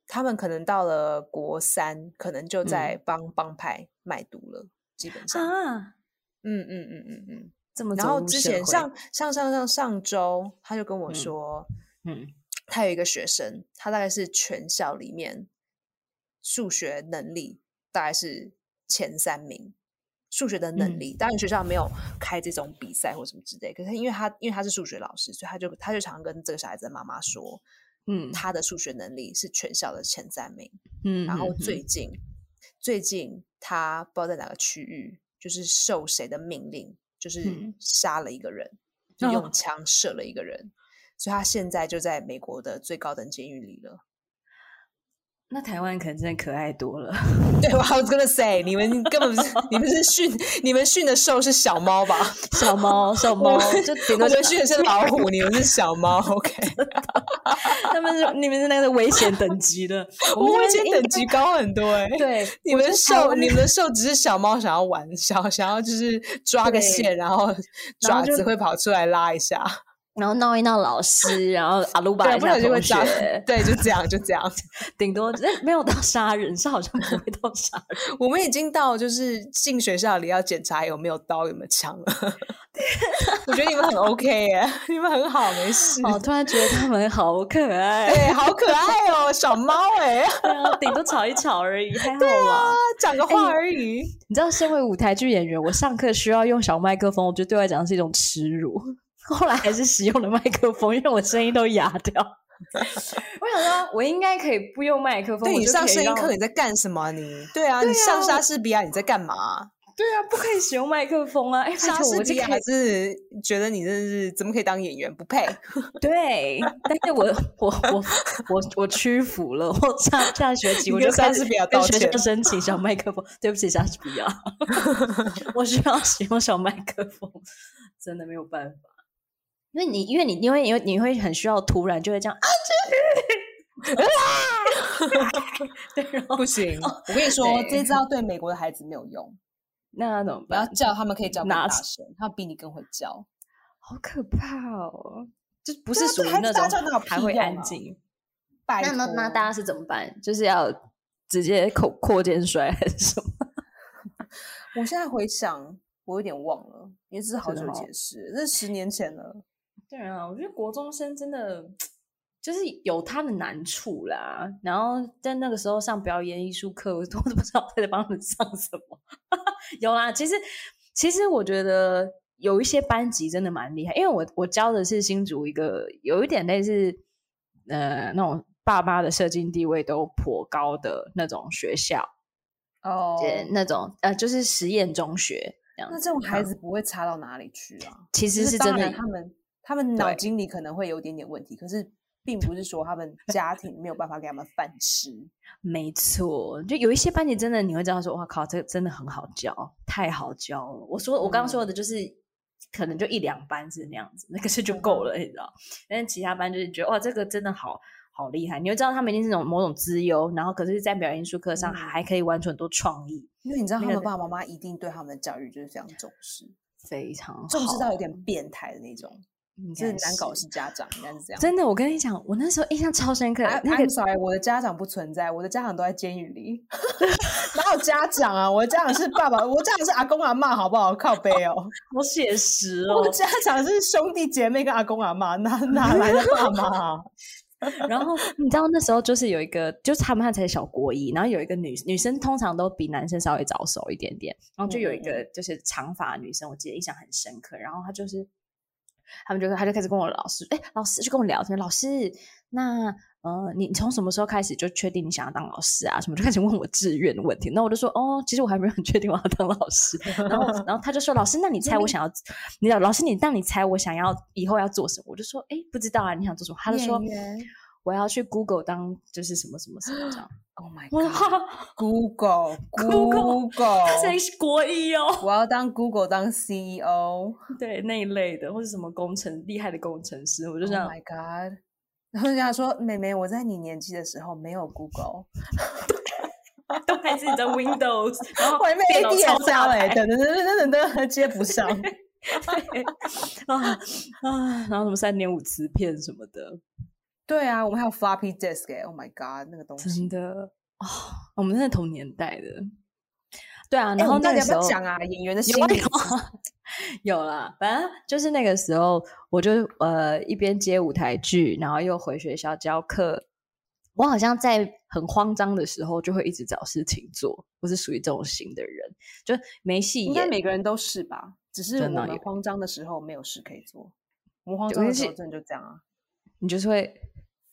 Speaker 2: 他们可能到了国三，可能就在帮帮派卖毒了，基本上，
Speaker 1: 嗯啊，
Speaker 2: 嗯嗯嗯嗯嗯。
Speaker 1: 这么
Speaker 2: 然
Speaker 1: 走
Speaker 2: 后
Speaker 1: 入
Speaker 2: 之
Speaker 1: 社
Speaker 2: 前
Speaker 1: 会
Speaker 2: 上上上上上周，他就跟我
Speaker 1: 嗯
Speaker 2: 说，
Speaker 1: 嗯
Speaker 2: 他有一个学生，他大概是全校里面数学能力大概是前三名，数学的能
Speaker 1: 嗯
Speaker 2: 力。当然学校没有开这种比赛或什么之类，可是因为他因为他是数学老师，所以他就他就常跟这个小孩子的妈妈说，
Speaker 1: 嗯
Speaker 2: 他的数学能力是全校的前三名。
Speaker 1: 嗯，
Speaker 2: 然后
Speaker 1: 嗯
Speaker 2: 最近、最近他不知道在哪个区域，就是受谁的命令，就是
Speaker 1: 嗯
Speaker 2: 杀了一个人，就
Speaker 1: 哦
Speaker 2: 用枪射了一个人，所以他现在就在美国的最高等监狱里了。
Speaker 1: 那台湾可能真的可爱多了。
Speaker 2: 对吧？I was gonna say，你们根本不是，你们是训，你们训的兽是小猫吧？
Speaker 1: 小猫，小猫，就顶多
Speaker 2: 我
Speaker 1: 就
Speaker 2: 们训的是老虎，你们是小猫。OK，
Speaker 1: 他们是你们是那个危险等级 的，
Speaker 2: 我
Speaker 1: 们
Speaker 2: 们危
Speaker 1: 这
Speaker 2: 险
Speaker 1: 边
Speaker 2: 等
Speaker 1: 应
Speaker 2: 级高很多哎、
Speaker 1: 该。对，
Speaker 2: 你们
Speaker 1: 台
Speaker 2: 兽，
Speaker 1: 湾
Speaker 2: 你们的兽只是小猫想要玩，想想要就是抓个
Speaker 1: 对
Speaker 2: 线，然后
Speaker 1: 然
Speaker 2: 爪
Speaker 1: 后就
Speaker 2: 子会跑出来拉一下，
Speaker 1: 然后闹一闹老师，然后阿鲁巴
Speaker 2: 对，
Speaker 1: 一
Speaker 2: 不
Speaker 1: 下
Speaker 2: 然就会
Speaker 1: 同
Speaker 2: 抓
Speaker 1: 学，，
Speaker 2: 对，就这样，就这样。
Speaker 1: 顶多但没有到杀人， 是好像不会到杀人。
Speaker 2: 我们已经到就是进学校里要检查有没有刀有没有枪了。 我觉得你们很 OK 耶、 你们很好，没事。
Speaker 1: 哦，突然觉得他们好可爱，
Speaker 2: 对，好可爱哦，小猫哎、
Speaker 1: 对啊，顶多吵一吵而已，还好啦。
Speaker 2: 讲个话
Speaker 1: 哎
Speaker 2: 而已。
Speaker 1: 你知道，身为舞台剧演员，我上课需要用小麦克风，我觉得对我来讲是一种耻辱。 后来还是使用了麦克风，因为我声音都哑掉。 我想说，我应该可以不用麦克风。
Speaker 2: 对
Speaker 1: 我
Speaker 2: 哎你
Speaker 1: 就
Speaker 2: 上
Speaker 1: 可以
Speaker 2: 声音
Speaker 1: 让
Speaker 2: 啊课你在干什么你？对啊，你上莎士比亚你在干嘛？
Speaker 1: 对啊，不可以使用麦克风啊！哎，拜
Speaker 2: 莎
Speaker 1: 托
Speaker 2: 士
Speaker 1: 我
Speaker 2: 比
Speaker 1: 这
Speaker 2: 亚
Speaker 1: 看
Speaker 2: 是觉得你真是怎么可以当演员，不配。
Speaker 1: 对， 但是我我我我我屈服了。我下下学期
Speaker 2: 你
Speaker 1: 我
Speaker 2: 跟
Speaker 1: 就开
Speaker 2: 莎
Speaker 1: 始
Speaker 2: 士比亚
Speaker 1: 跟
Speaker 2: 道
Speaker 1: 学
Speaker 2: 歉
Speaker 1: 校申请小麦克风。对不起，莎士比 亚，我需要使用小麦克风，真的没有办法。因为你，因为你，因为你会你会很需要突然就会这样啊，这 对，然后
Speaker 2: 不行， 我跟你说，
Speaker 1: 对
Speaker 2: 这招对美国的孩子没有用。
Speaker 1: 那怎么
Speaker 2: 我要
Speaker 1: 办？
Speaker 2: 叫他们可以叫更
Speaker 1: 拿
Speaker 2: 大
Speaker 1: 起
Speaker 2: 声，他们比你更会叫。
Speaker 1: 好可怕哦！就不
Speaker 2: 对
Speaker 1: 是
Speaker 2: 啊
Speaker 1: 属
Speaker 2: 对
Speaker 1: 于
Speaker 2: 孩
Speaker 1: 那
Speaker 2: 子大叫
Speaker 1: 种
Speaker 2: 哪有
Speaker 1: 还
Speaker 2: 屁
Speaker 1: 会
Speaker 2: 用
Speaker 1: 安
Speaker 2: 啊
Speaker 1: 静。
Speaker 2: 拜
Speaker 1: 那那那
Speaker 2: 托
Speaker 1: 大家是怎么办？就是要直接口扩肩摔还是什么？
Speaker 2: 我现在回想，我有点忘了，也只是好
Speaker 1: 真的
Speaker 2: 久以前
Speaker 1: 哦
Speaker 2: 的事，这是十年前了。
Speaker 1: 对啊，我觉得国中生真的就是有他的难处啦。然后在那个时候上表演艺术课，我都 不知道他在帮他们上什么。 有啦，其实其实我觉得有一些班级真的蛮厉害，因为我我教的是新竹一个有一点类似呃那种爸妈的社经地位都颇高的那种学校，
Speaker 2: 哦
Speaker 1: 对那种呃就是实验中学这样
Speaker 2: 那
Speaker 1: 子。
Speaker 2: 这种孩子不会差到哪里去啊？
Speaker 1: 嗯其
Speaker 2: 只
Speaker 1: 实是
Speaker 2: 当
Speaker 1: 真的
Speaker 2: 然他们他们脑
Speaker 1: 对
Speaker 2: 筋里可能会有一点点问题，可是并不是说他 们家庭没有办法给他们饭吃。
Speaker 1: 没错，就有一些班级真的你会知道说，哇靠，这个真的很好教，太好教了。我说我刚刚说的就是，可能就一两班是那样子，那个是就够了，你知道。但是其他班就是觉得哇，这个真的好好厉害，你会知道他们一定是那种某种资优，然后可是，在表演艺术课上
Speaker 2: 嗯
Speaker 1: 还可以玩出很多创意，
Speaker 2: 因为你知道，他
Speaker 1: 那个
Speaker 2: 们爸爸妈妈一定对他们的教育就是非常重视，
Speaker 1: 非常好，嗯
Speaker 2: 重视到有点变态的那种，
Speaker 1: 应
Speaker 2: 就是
Speaker 1: 该
Speaker 2: 难搞是家长，应该是这样。
Speaker 1: 真的，我跟你讲，我那时候印象超深刻，
Speaker 2: I,
Speaker 1: 那个
Speaker 2: 啊 I'm sorry，我的家长不存在，我的家长都在监狱里。 哪有家长啊？我的家长是爸爸，我的家长是阿公阿妈，好不好？靠背哦，
Speaker 1: 好写 实哦，
Speaker 2: 我的家长是兄弟姐妹跟阿公阿妈，哪哪来的爸妈、啊？
Speaker 1: 然后你知道那时候就是有一个，就是他们那才小国一，然后有一个女女生通常都比男生稍微早熟一点点，然后就有一
Speaker 2: 嗯嗯
Speaker 1: 个就是长发的女生，我记得印象很深刻。然后她就是，他们就她就开始跟我老师，哎，老师就跟我聊天，老师，那呃，你你从什么时候开始就确定你想要当老师啊？什么就开始问我志愿的问题。那我就说，哦，其实我还没有很确定我要当老 师。然后然后他就说，老师，那你猜我想要，你老师你那你猜我想要以后要做什么？我就说，哎，不知道啊，你想做什 么？他就说
Speaker 2: 演员。
Speaker 1: 我要去 Google 当就是什么什么什么这样。
Speaker 2: Oh my
Speaker 1: 我说
Speaker 2: god！Google
Speaker 1: 哈，Google，他才
Speaker 2: Google，
Speaker 1: 是国一哦，
Speaker 2: 我要当 Google 当 E CEO。
Speaker 1: 对那一类的，或者什么工程厉害的工程师，我就
Speaker 2: Oh
Speaker 1: 这样。
Speaker 2: my god！然后人家说，妹妹，我在你年纪的时候没有 Google，
Speaker 1: 都还自己在 Windows，然 后
Speaker 2: 我还没
Speaker 1: 电脑
Speaker 2: ADSL
Speaker 1: 超大
Speaker 2: 欸
Speaker 1: 台，
Speaker 2: 等等等等等等，接不上。
Speaker 1: 啊啊，然后什么三点五磁片什么的，
Speaker 2: 对啊，我们还有 floppy disk 哎、o h my god，那个东
Speaker 1: 真。
Speaker 2: 西
Speaker 1: 的哦，我们真的同年代的。对啊，
Speaker 2: 哎
Speaker 1: 然后
Speaker 2: 我们到
Speaker 1: 那
Speaker 2: 底
Speaker 1: 个
Speaker 2: 要
Speaker 1: 时
Speaker 2: 不要
Speaker 1: 候
Speaker 2: 讲啊？演员的心
Speaker 1: 有啊
Speaker 2: 理
Speaker 1: 有啊 有啦，反正就是那个时候，我就呃一边接舞台剧，然后又回学校教课。我好像在很慌张的时候，就会一直找事情做。我是属于这种型的人，就没戏
Speaker 2: 应该
Speaker 1: 演。
Speaker 2: 每个人都是吧？只是我
Speaker 1: 真的
Speaker 2: 们
Speaker 1: 有
Speaker 2: 慌张的时候没有事可以做，我们慌
Speaker 1: 对
Speaker 2: 张
Speaker 1: 我
Speaker 2: 的
Speaker 1: 就
Speaker 2: 时候
Speaker 1: 是
Speaker 2: 真的就这样啊。
Speaker 1: 你就是会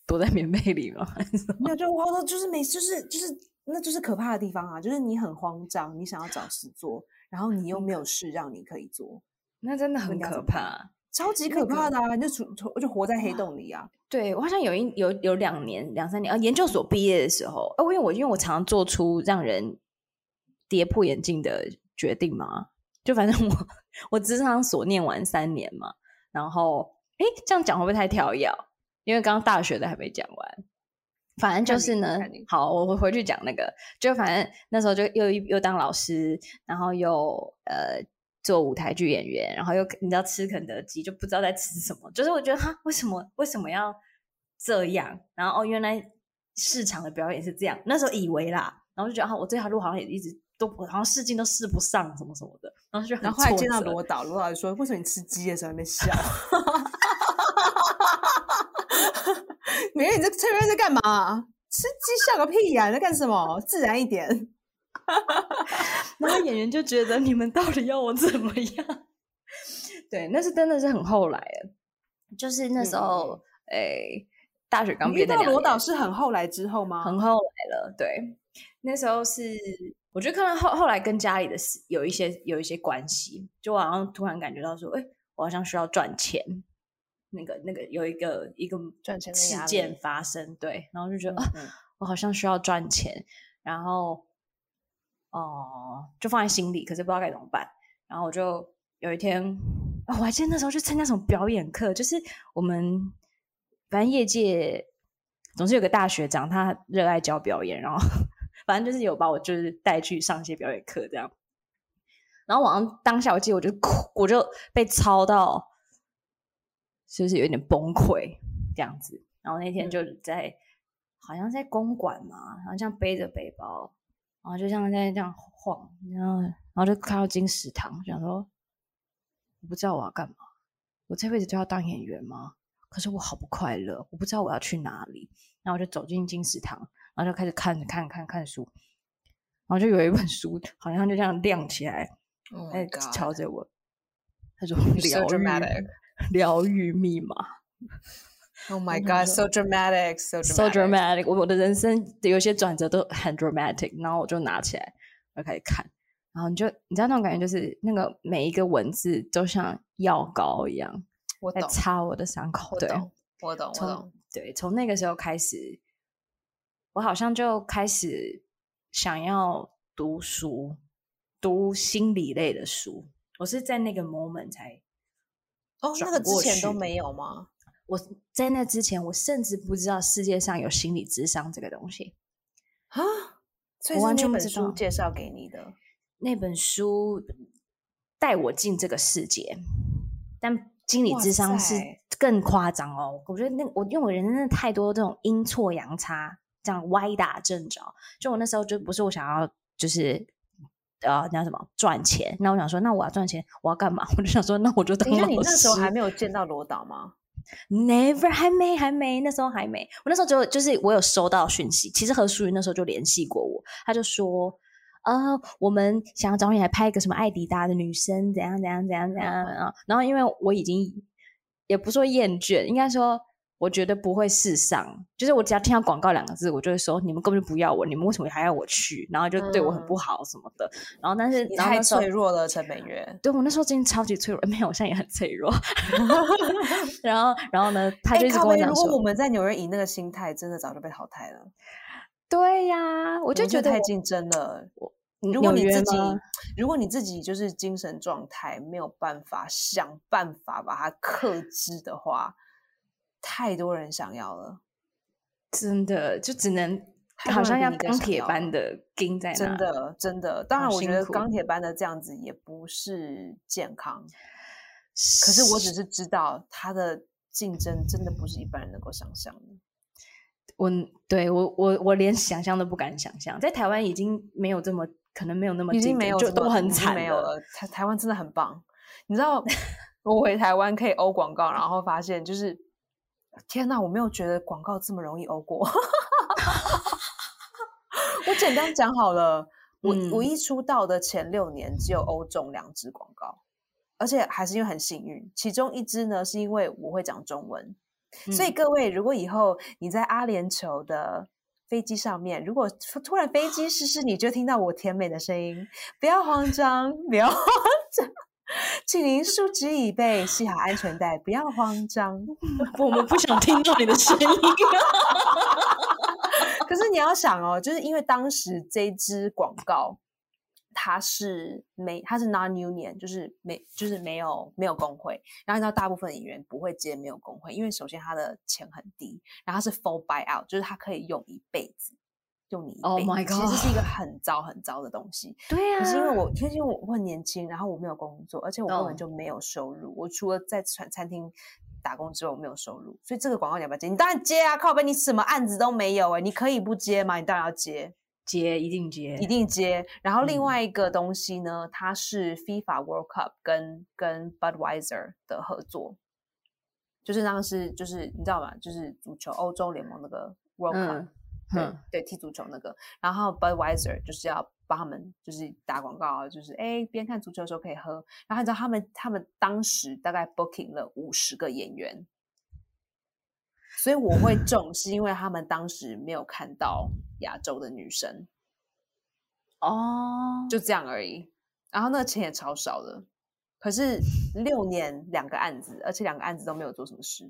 Speaker 1: 躲在棉被里吗？
Speaker 2: 没有，就慌张，就是没，就是就是，那就是可怕的地方啊！就是你很慌张，你想要找事做，然后你又没有事让你可以做，
Speaker 1: 那真的很
Speaker 2: 你要
Speaker 1: 可
Speaker 2: 怎么办
Speaker 1: 怕。
Speaker 2: 超级
Speaker 1: 那
Speaker 2: 可
Speaker 1: 个
Speaker 2: 怕的啊！你就处处就活在黑洞里啊！
Speaker 1: 对我好像有一有有两年两三年啊，研究所毕业的时候，哦，因为我因为我常常做出让人跌破眼镜的决定嘛，就反正 我我职场所念完三年嘛，然后诶，这样讲会不会太跳跃？因为刚刚大学的还没讲完，反正
Speaker 2: 看
Speaker 1: 就
Speaker 2: 你
Speaker 1: 是呢
Speaker 2: 看你，
Speaker 1: 好，我回回去讲那个，就反正那时候就又又当老师，然后又呃做舞台剧演员，然后又你知道吃肯德基就不知道在吃什么，就是我觉得哈为什么为什么要这样？然后哦原来市场的表演是这样，那时候以为啦，然后就觉得啊我这条路好像也一直都不好像试镜都试不上什么什么的，然后就很
Speaker 2: 然后后来
Speaker 1: 挫
Speaker 2: 见到
Speaker 1: 折
Speaker 2: 罗导，罗导就说：“为什么你吃鸡的时候还没笑？” 美人，你这崔瑞在干嘛？吃鸡笑个屁呀、你在干什么？自然一点。
Speaker 1: 然后演员就觉得你们到底要我怎么样？ 对，那是真的是很后来了，就是那时
Speaker 2: 嗯嗯
Speaker 1: 候，诶、大学刚
Speaker 2: 你
Speaker 1: 毕
Speaker 2: 遇
Speaker 1: 业那
Speaker 2: 到
Speaker 1: 两
Speaker 2: 罗
Speaker 1: 年
Speaker 2: 导是很后来之后吗？
Speaker 1: 很后来了，对。那时候是我就看到后后来跟家里的事有一些有一些关系，就我好像突然感觉到说，哎、我好像需要赚钱。那个那个有一个一个
Speaker 2: 赚钱的
Speaker 1: 事
Speaker 2: 压力
Speaker 1: 件发生，对，然后就觉得、啊，
Speaker 2: 嗯
Speaker 1: 我好像需要赚钱，然后哦、就放在心里，可是不知道该怎么办。然后我就有一天，哦、我还记得那时候去参加什么表演课，就是我们反正业界总是有个大学长，他热爱教表演，然后反正就是有把我就是带去上一些表演课这样。然后晚上当下我记得我就哭，我就被操到，就是有点崩溃这样子。然后那
Speaker 2: 嗯
Speaker 1: 天就在、好像在公馆嘛，然后这样背着背包，然后就像在这样晃，然后然后就看到金石堂，想说我不知道我要干嘛，我这辈子都要当演员吗？可是我好不快乐，我不知道我要去哪里。然后我就走进金石堂，然后就开始看看看看书，然后就有一本书好像就这样亮起来，
Speaker 2: Oh
Speaker 1: 哎、
Speaker 2: my god
Speaker 1: 瞧着我，他 说
Speaker 2: So
Speaker 1: 疗愈
Speaker 2: dramatic.
Speaker 1: 疗愈密码
Speaker 2: Oh my
Speaker 1: 然后
Speaker 2: god, so dramatic, so dramatic.
Speaker 1: ，so dramatic。我我的人生有些转折都很 dramatic，然后我就拿起来，我就开始看，然后你就你知道那种感觉，就是那个每一个文字都像药膏一样
Speaker 2: 我
Speaker 1: 在
Speaker 2: 懂，
Speaker 1: 擦我的伤口，
Speaker 2: 我
Speaker 1: 哎对。
Speaker 2: 懂，我懂，我
Speaker 1: 从
Speaker 2: 懂。
Speaker 1: 对从那个时候开始，我好像就开始想要读书，读心理类的书。我是在那个 moment 才，
Speaker 2: 哦，那
Speaker 1: 转
Speaker 2: 个之
Speaker 1: 过
Speaker 2: 前都
Speaker 1: 去
Speaker 2: 没有吗？
Speaker 1: 我在那之前，我甚至不知道世界上有心理智商这个东西。
Speaker 2: 啊，所
Speaker 1: 我
Speaker 2: 以是
Speaker 1: 完
Speaker 2: 那
Speaker 1: 全不
Speaker 2: 本
Speaker 1: 知
Speaker 2: 书
Speaker 1: 道
Speaker 2: 介绍给你的。
Speaker 1: 那本书带我进这个世界，但心理
Speaker 2: 哇
Speaker 1: 智商是
Speaker 2: 塞
Speaker 1: 更夸张哦。我觉得那我因为我人生真的太多这种阴错阳差，这样歪打正着。就我那时候就不是我想要，就是呃，那叫什么赚钱？那我想说，那我要赚钱，我要干嘛？我 就想说，那我就当
Speaker 2: 等一下，
Speaker 1: 老
Speaker 2: 你那时候
Speaker 1: 师
Speaker 2: 还没有见到罗导吗？
Speaker 1: Never 还没还没，那时候还没。我那时候只有就是我有收到讯息，其实何淑云那时候就联系过我，他就说，呃，我们想要找你来拍一个什么艾迪达的女生，怎样怎样怎样怎样啊。然后因为我已经也不说厌倦，应该说我觉得不会世上，就是我只要听到广告两个字，我就会说你们根本就不要我，你们为什么还要我去？然后就对我很不好什么的。然后但是
Speaker 2: 嗯你
Speaker 1: 然后
Speaker 2: 太
Speaker 1: 那时候
Speaker 2: 脆弱了，陈美月。
Speaker 1: 对我那时候真的超级脆弱，没有，我现在也很脆 弱。然后，然后呢，他
Speaker 2: 哎
Speaker 1: 就一直
Speaker 2: 靠
Speaker 1: 跟我
Speaker 2: 北
Speaker 1: 讲
Speaker 2: 如果
Speaker 1: 说，
Speaker 2: 我们在纽约以那个心态，真的早就被淘汰了。
Speaker 1: 对呀、我
Speaker 2: 我
Speaker 1: 就
Speaker 2: 们
Speaker 1: 觉
Speaker 2: 真
Speaker 1: 得
Speaker 2: 的太
Speaker 1: 我
Speaker 2: 竞争了。
Speaker 1: 纽
Speaker 2: 如果你
Speaker 1: 约
Speaker 2: 自己
Speaker 1: 吗，
Speaker 2: 如果你自己就是精神状态没有办法想办法把它克制的话，太多人想要了，
Speaker 1: 真的就只能
Speaker 2: 太多
Speaker 1: 好
Speaker 2: 人
Speaker 1: 像
Speaker 2: 比
Speaker 1: 要
Speaker 2: 你更
Speaker 1: 钢
Speaker 2: 想
Speaker 1: 铁
Speaker 2: 要
Speaker 1: 般
Speaker 2: 了
Speaker 1: 的钉在那，
Speaker 2: 真的真的。当
Speaker 1: 好
Speaker 2: 然，我
Speaker 1: 辛
Speaker 2: 觉得
Speaker 1: 苦
Speaker 2: 钢铁般的这样子也不是健康，可是我只是知道它的竞争真的不是一般人能够想象的。
Speaker 1: 我对我我我连想象都不敢想象，在台湾已经没有这么可能没有那么
Speaker 2: 已经
Speaker 1: 竞
Speaker 2: 没
Speaker 1: 争
Speaker 2: 有
Speaker 1: 就
Speaker 2: 这么
Speaker 1: 都很
Speaker 2: 已经
Speaker 1: 惨
Speaker 2: 没有。了。台台湾真的很棒，你 知道我回台湾可以欧广告，然后发现就是天哪，我没有觉得广告这么容易欧过。 我简单讲好了，我、我
Speaker 1: 嗯
Speaker 2: 一出道的前六年只有欧中两支广告，而且还是因为很幸运，其中一支呢是因为我会讲中文，所以
Speaker 1: 嗯
Speaker 2: 各位，如果以后你在阿联酋的飞机上面，如果突突然飞机失事，你就听到我甜美的声音，不要慌张，不要 慌张，请您竖直椅背，系好安全带，不要慌张。
Speaker 1: 嗯我们 不想听到你的 声音。
Speaker 2: 可是你要想哦，就是因为当时这支广告。它是没，它是 non union，就是没，就是没有没有工会。然后你知道，大部分演员不会接没有工会，因为首先他的钱很低，然后它是 full buyout，就是它可以用一辈子，用你一辈子。
Speaker 1: Oh my
Speaker 2: 其实这
Speaker 1: God
Speaker 2: 是一个很糟很糟的东西。
Speaker 1: 对呀、
Speaker 2: 可是因为我，因为我我很年轻，然后我没有工作，而且我根本
Speaker 1: 懂
Speaker 2: 就没有收入。我除了在餐餐厅打工之后，我没有收入，所以这个广告你要不要接？你当然接啊，靠背，你什么案子都没有哎、你可以不接吗？你当然要接，
Speaker 1: 接一定接，
Speaker 2: 一定接。然后另
Speaker 1: 嗯
Speaker 2: 外一个东西呢，它是 FIFA World Cup 跟跟 Budweiser 的合作，就是当时就是你知道吗？就是足球欧洲联盟那个 World Cup，、
Speaker 1: 嗯
Speaker 2: 啊对
Speaker 1: 嗯
Speaker 2: 对，踢足球那个。然后 Budweiser 就是要帮他们就是打广告啊，就是哎边看足球的时候可以喝。然后你知道他们他们当时大概 booking 了五十个演员，所以我会中是因为他们当时没有看到亚洲的女生。
Speaker 1: 哦，
Speaker 2: 就这样而已。然后那个钱也超少的，可是六年两个案子，而且两个案子都没有做什么事，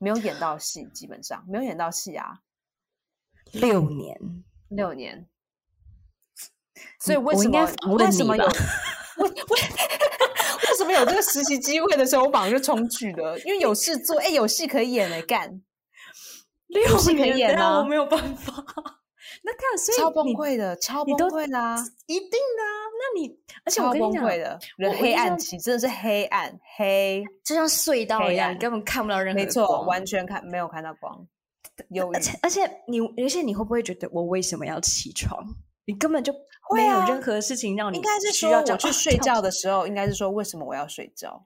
Speaker 2: 没有演到戏，基本上没有演到戏啊，
Speaker 1: 六年，
Speaker 2: 六年。所以
Speaker 1: 你嗯
Speaker 2: 为
Speaker 1: 我
Speaker 2: 什
Speaker 1: 应
Speaker 2: 么
Speaker 1: 该访问
Speaker 2: 为什
Speaker 1: 你
Speaker 2: 么有
Speaker 1: 吧
Speaker 2: 为为为什么有这个实习机会的时候，我马上就冲去的？因为有事做，哎、有戏可以演哎、干
Speaker 1: 六
Speaker 2: 不是可以
Speaker 1: 年
Speaker 2: 演
Speaker 1: 等下我
Speaker 2: 吗
Speaker 1: 没有办法。 那看，所以
Speaker 2: 超崩
Speaker 1: 你
Speaker 2: 溃的，超
Speaker 1: 你
Speaker 2: 崩
Speaker 1: 都
Speaker 2: 溃的、啊，
Speaker 1: 一定的啊。那你，而且我
Speaker 2: 超
Speaker 1: 跟
Speaker 2: 崩
Speaker 1: 你讲，
Speaker 2: 溃的，
Speaker 1: 我
Speaker 2: 人黑
Speaker 1: 印
Speaker 2: 暗
Speaker 1: 象
Speaker 2: 期真的是黑暗黑，
Speaker 1: 就像隧道
Speaker 2: 黑
Speaker 1: 一样，你
Speaker 2: 暗
Speaker 1: 根本看不到任何
Speaker 2: 没
Speaker 1: 的
Speaker 2: 错，
Speaker 1: 光
Speaker 2: 完全看没有看到光，忧郁
Speaker 1: 而且而且你，而且你会不会觉得我为什么要起床？你根本就
Speaker 2: 会
Speaker 1: 没有
Speaker 2: 啊
Speaker 1: 任何事情让你
Speaker 2: 应该是
Speaker 1: 需
Speaker 2: 说
Speaker 1: 要这样
Speaker 2: 我去
Speaker 1: 啊
Speaker 2: 睡
Speaker 1: 跳
Speaker 2: 觉的时候，应该是说为什么我要睡觉？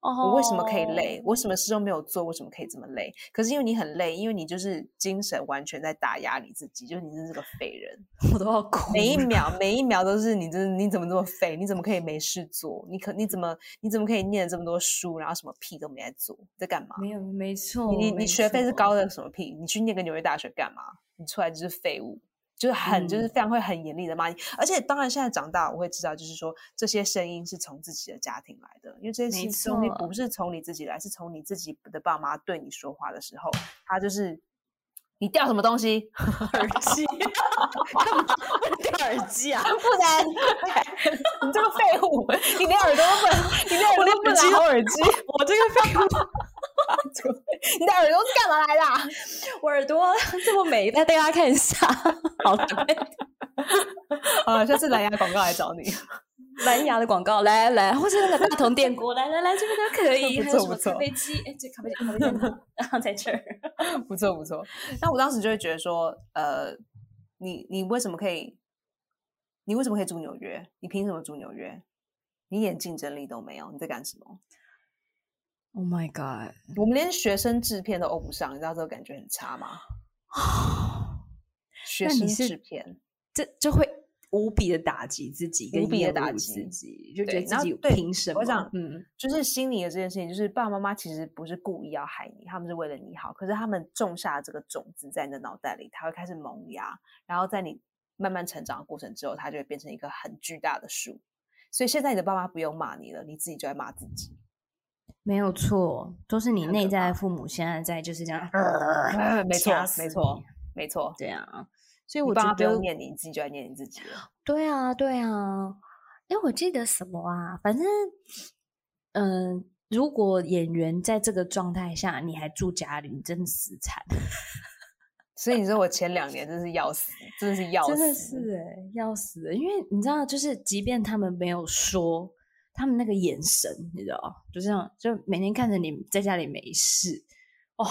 Speaker 1: 哦，
Speaker 2: 我为什么可以累？我什么事都没有做，为什么可以这么累？可是因为你很累，因为你就是精神完全在打压你自己，就是你真是个废人，
Speaker 1: 我都要哭
Speaker 2: 每一
Speaker 1: 了
Speaker 2: 秒每一秒都是你真是你怎么这么废？你怎么可以没事做？你可你怎么你怎么可以念了这么多书，然后什么屁都没在做，在干嘛？
Speaker 1: 没有，没错，
Speaker 2: 你你
Speaker 1: 哦没
Speaker 2: 你学费是
Speaker 1: 错
Speaker 2: 高的什么屁？你去念个纽约大学干嘛？你出来就是废物，就是很、就是
Speaker 1: 嗯
Speaker 2: 非常会很严厉的骂你。而且当然现在长大，我会知道，就是说这些声音是从自己的家庭来的，因为这
Speaker 1: 没
Speaker 2: 些东西
Speaker 1: 错
Speaker 2: 不是从你自己来，是从你自己的爸妈对你说话的时候，他就是你掉什么东西
Speaker 1: 耳机，
Speaker 2: 啊
Speaker 1: 干嘛掉耳机啊？
Speaker 2: 不能， 你这个废物，你连耳朵都不能，你连耳
Speaker 1: 我
Speaker 2: 朵
Speaker 1: 连
Speaker 2: 都不
Speaker 1: 耳
Speaker 2: 能
Speaker 1: 机
Speaker 2: 拿
Speaker 1: 都
Speaker 2: 好耳机，
Speaker 1: 我这个废物，
Speaker 2: 你的耳朵是干嘛来的啊、
Speaker 1: 我耳朵这么 美，再大家看一下，好了，
Speaker 2: 好啊了，下次蓝牙广告来找你。
Speaker 1: 蓝牙的广告，来来，或是那个大同电锅，来来来，这边都可以，
Speaker 2: 不
Speaker 1: 还有
Speaker 2: 错
Speaker 1: 什么
Speaker 2: 不
Speaker 1: 咖
Speaker 2: 错
Speaker 1: 啡机？哎，这咖啡机，咖啡机在哪，然后在这儿。
Speaker 2: 不错不错。那我当时就会觉得说，呃，你你为什么可以？你为什么可以住纽约？你凭什么住纽约？你一点竞争力都没有，你在干什么？
Speaker 1: Oh my god！
Speaker 2: 我们连学生制片都欧不上，你知道这个感觉很差 吗？学
Speaker 1: 那你
Speaker 2: 生
Speaker 1: 是
Speaker 2: 制片，
Speaker 1: 这就会无比的打击自己，跟
Speaker 2: 无比地
Speaker 1: 厌
Speaker 2: 打
Speaker 1: 恶
Speaker 2: 击
Speaker 1: 自己，就觉
Speaker 2: 对
Speaker 1: 得
Speaker 2: 然
Speaker 1: 自
Speaker 2: 后
Speaker 1: 己
Speaker 2: 对
Speaker 1: 凭什么？
Speaker 2: 我想
Speaker 1: 嗯，
Speaker 2: 就是心里的这件事情，就是爸爸妈妈其实不是故意要害你，他们是为了你好，可是他们种下这个种子在你的脑袋里，它会开始萌芽，然后在你慢慢成长的过程之后，它就会变成一棵很巨大的树。所以现在你的爸妈不用骂你了，你自己就在骂自己。
Speaker 1: 没有错，都是你
Speaker 2: 很
Speaker 1: 内
Speaker 2: 可
Speaker 1: 在的
Speaker 2: 怕
Speaker 1: 父母现在在就是这样，
Speaker 2: 没错
Speaker 1: 掐，呃死
Speaker 2: 没错
Speaker 1: 你，
Speaker 2: 没错。
Speaker 1: 对啊。所以
Speaker 2: 你
Speaker 1: 我
Speaker 2: 爸
Speaker 1: 觉
Speaker 2: 妈不用
Speaker 1: 得，
Speaker 2: 念你，你自己就在念你自己了。
Speaker 1: 对啊，对啊。哎，我记得什么啊？反正，嗯、如果演员在这个状态下，你还住家里，你真的死惨，
Speaker 2: 所以你说我前两年真是要死，真的是要死，
Speaker 1: 真的是哎、要死了。因为你知道，就是即便他们没有说，他们那个眼神，你知道，就这样，就每天看着你在家里没事哦，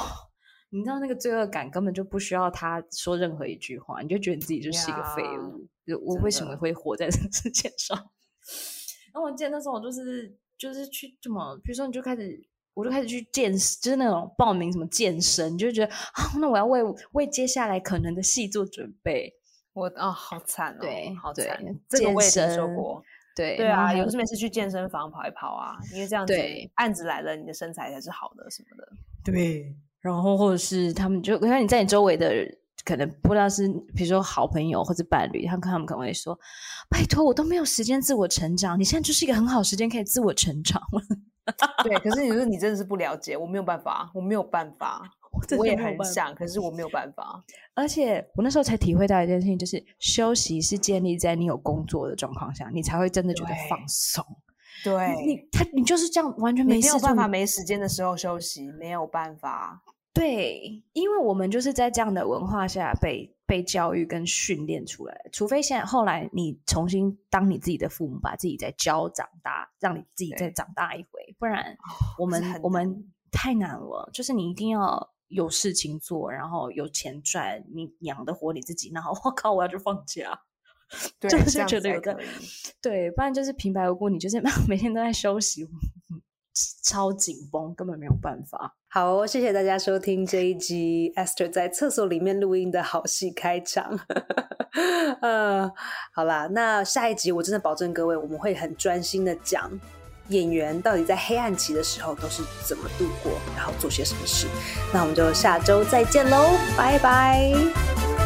Speaker 1: 你知道那个罪恶感根本就不需要他说任何一句话，你就觉得你自己就是一个废
Speaker 2: 呀
Speaker 1: 物。就我
Speaker 2: 真
Speaker 1: 为什么
Speaker 2: 的
Speaker 1: 会活在这个世界上？ 然后我记得那时候我就是就是去这么，比如说你就开始。我就开始去健，就是那种报名什么健身，你就觉得啊，那我要为为接下来可能的戏做准备。
Speaker 2: 我啊、好惨哦，
Speaker 1: 对
Speaker 2: 好
Speaker 1: 对
Speaker 2: 惨。这个
Speaker 1: 健
Speaker 2: 我也听说
Speaker 1: 身
Speaker 2: 过。
Speaker 1: 对
Speaker 2: 对
Speaker 1: 然后
Speaker 2: 啊，
Speaker 1: 还
Speaker 2: 有事没事去健身房跑一跑啊，因为这样子
Speaker 1: 对
Speaker 2: 案子来了，你的身材才是好的什么的。
Speaker 1: 对，然后或者是他们就，可能你在你周围的人，可能不知道是比如说好朋友或者伴侣，他们他们可能会说：“拜托，我都没有时间自我成长，你现在就是一个很好时间可以自我成长。
Speaker 2: 对，可是你说你真的是不了解，我没有办法，我没有办法，
Speaker 1: 我真
Speaker 2: 我
Speaker 1: 的
Speaker 2: 也
Speaker 1: 没有
Speaker 2: 很
Speaker 1: 办法
Speaker 2: 想，可是我没有办法。”
Speaker 1: 而且我那时候才体会到一件事情，就是休息是建立在你有工作的状况下，你才会真的觉得
Speaker 2: 对
Speaker 1: 放松。
Speaker 2: 对，
Speaker 1: 你你他你就是这样完全
Speaker 2: 你
Speaker 1: 没
Speaker 2: 没
Speaker 1: 事
Speaker 2: 有
Speaker 1: 做
Speaker 2: 办
Speaker 1: 你
Speaker 2: 法没时间的时候休息，没有办法。
Speaker 1: 对，因为我们就是在这样的文化下被被教育跟训练出来的，除非现在后来你重新当你自己的父母，把自己再教长大，让你自己再
Speaker 2: 对
Speaker 1: 长大一回，不然我
Speaker 2: 可是
Speaker 1: 们
Speaker 2: 很
Speaker 1: 我们太难了。就是你一定要有事情做，然后有钱赚，你养得活你自己。然后 我靠，我要去放 假，
Speaker 2: 对，
Speaker 1: 就是
Speaker 2: 这样
Speaker 1: 觉
Speaker 2: 子
Speaker 1: 得
Speaker 2: 才
Speaker 1: 有在
Speaker 2: 可以
Speaker 1: 对，不然就是平白无故你就是 每天都在休息，嗯超紧绷，根本没有办法。
Speaker 2: 好哦、谢谢大家收听这一集 Esther 在厕所里面录音的好戏开场。 呃，好啦，那下一集我真的保证各位，我们会很专心的讲演员到底在黑暗期的时候都是怎么度过，然后做些什么事。那我们就下周再见喽，拜拜。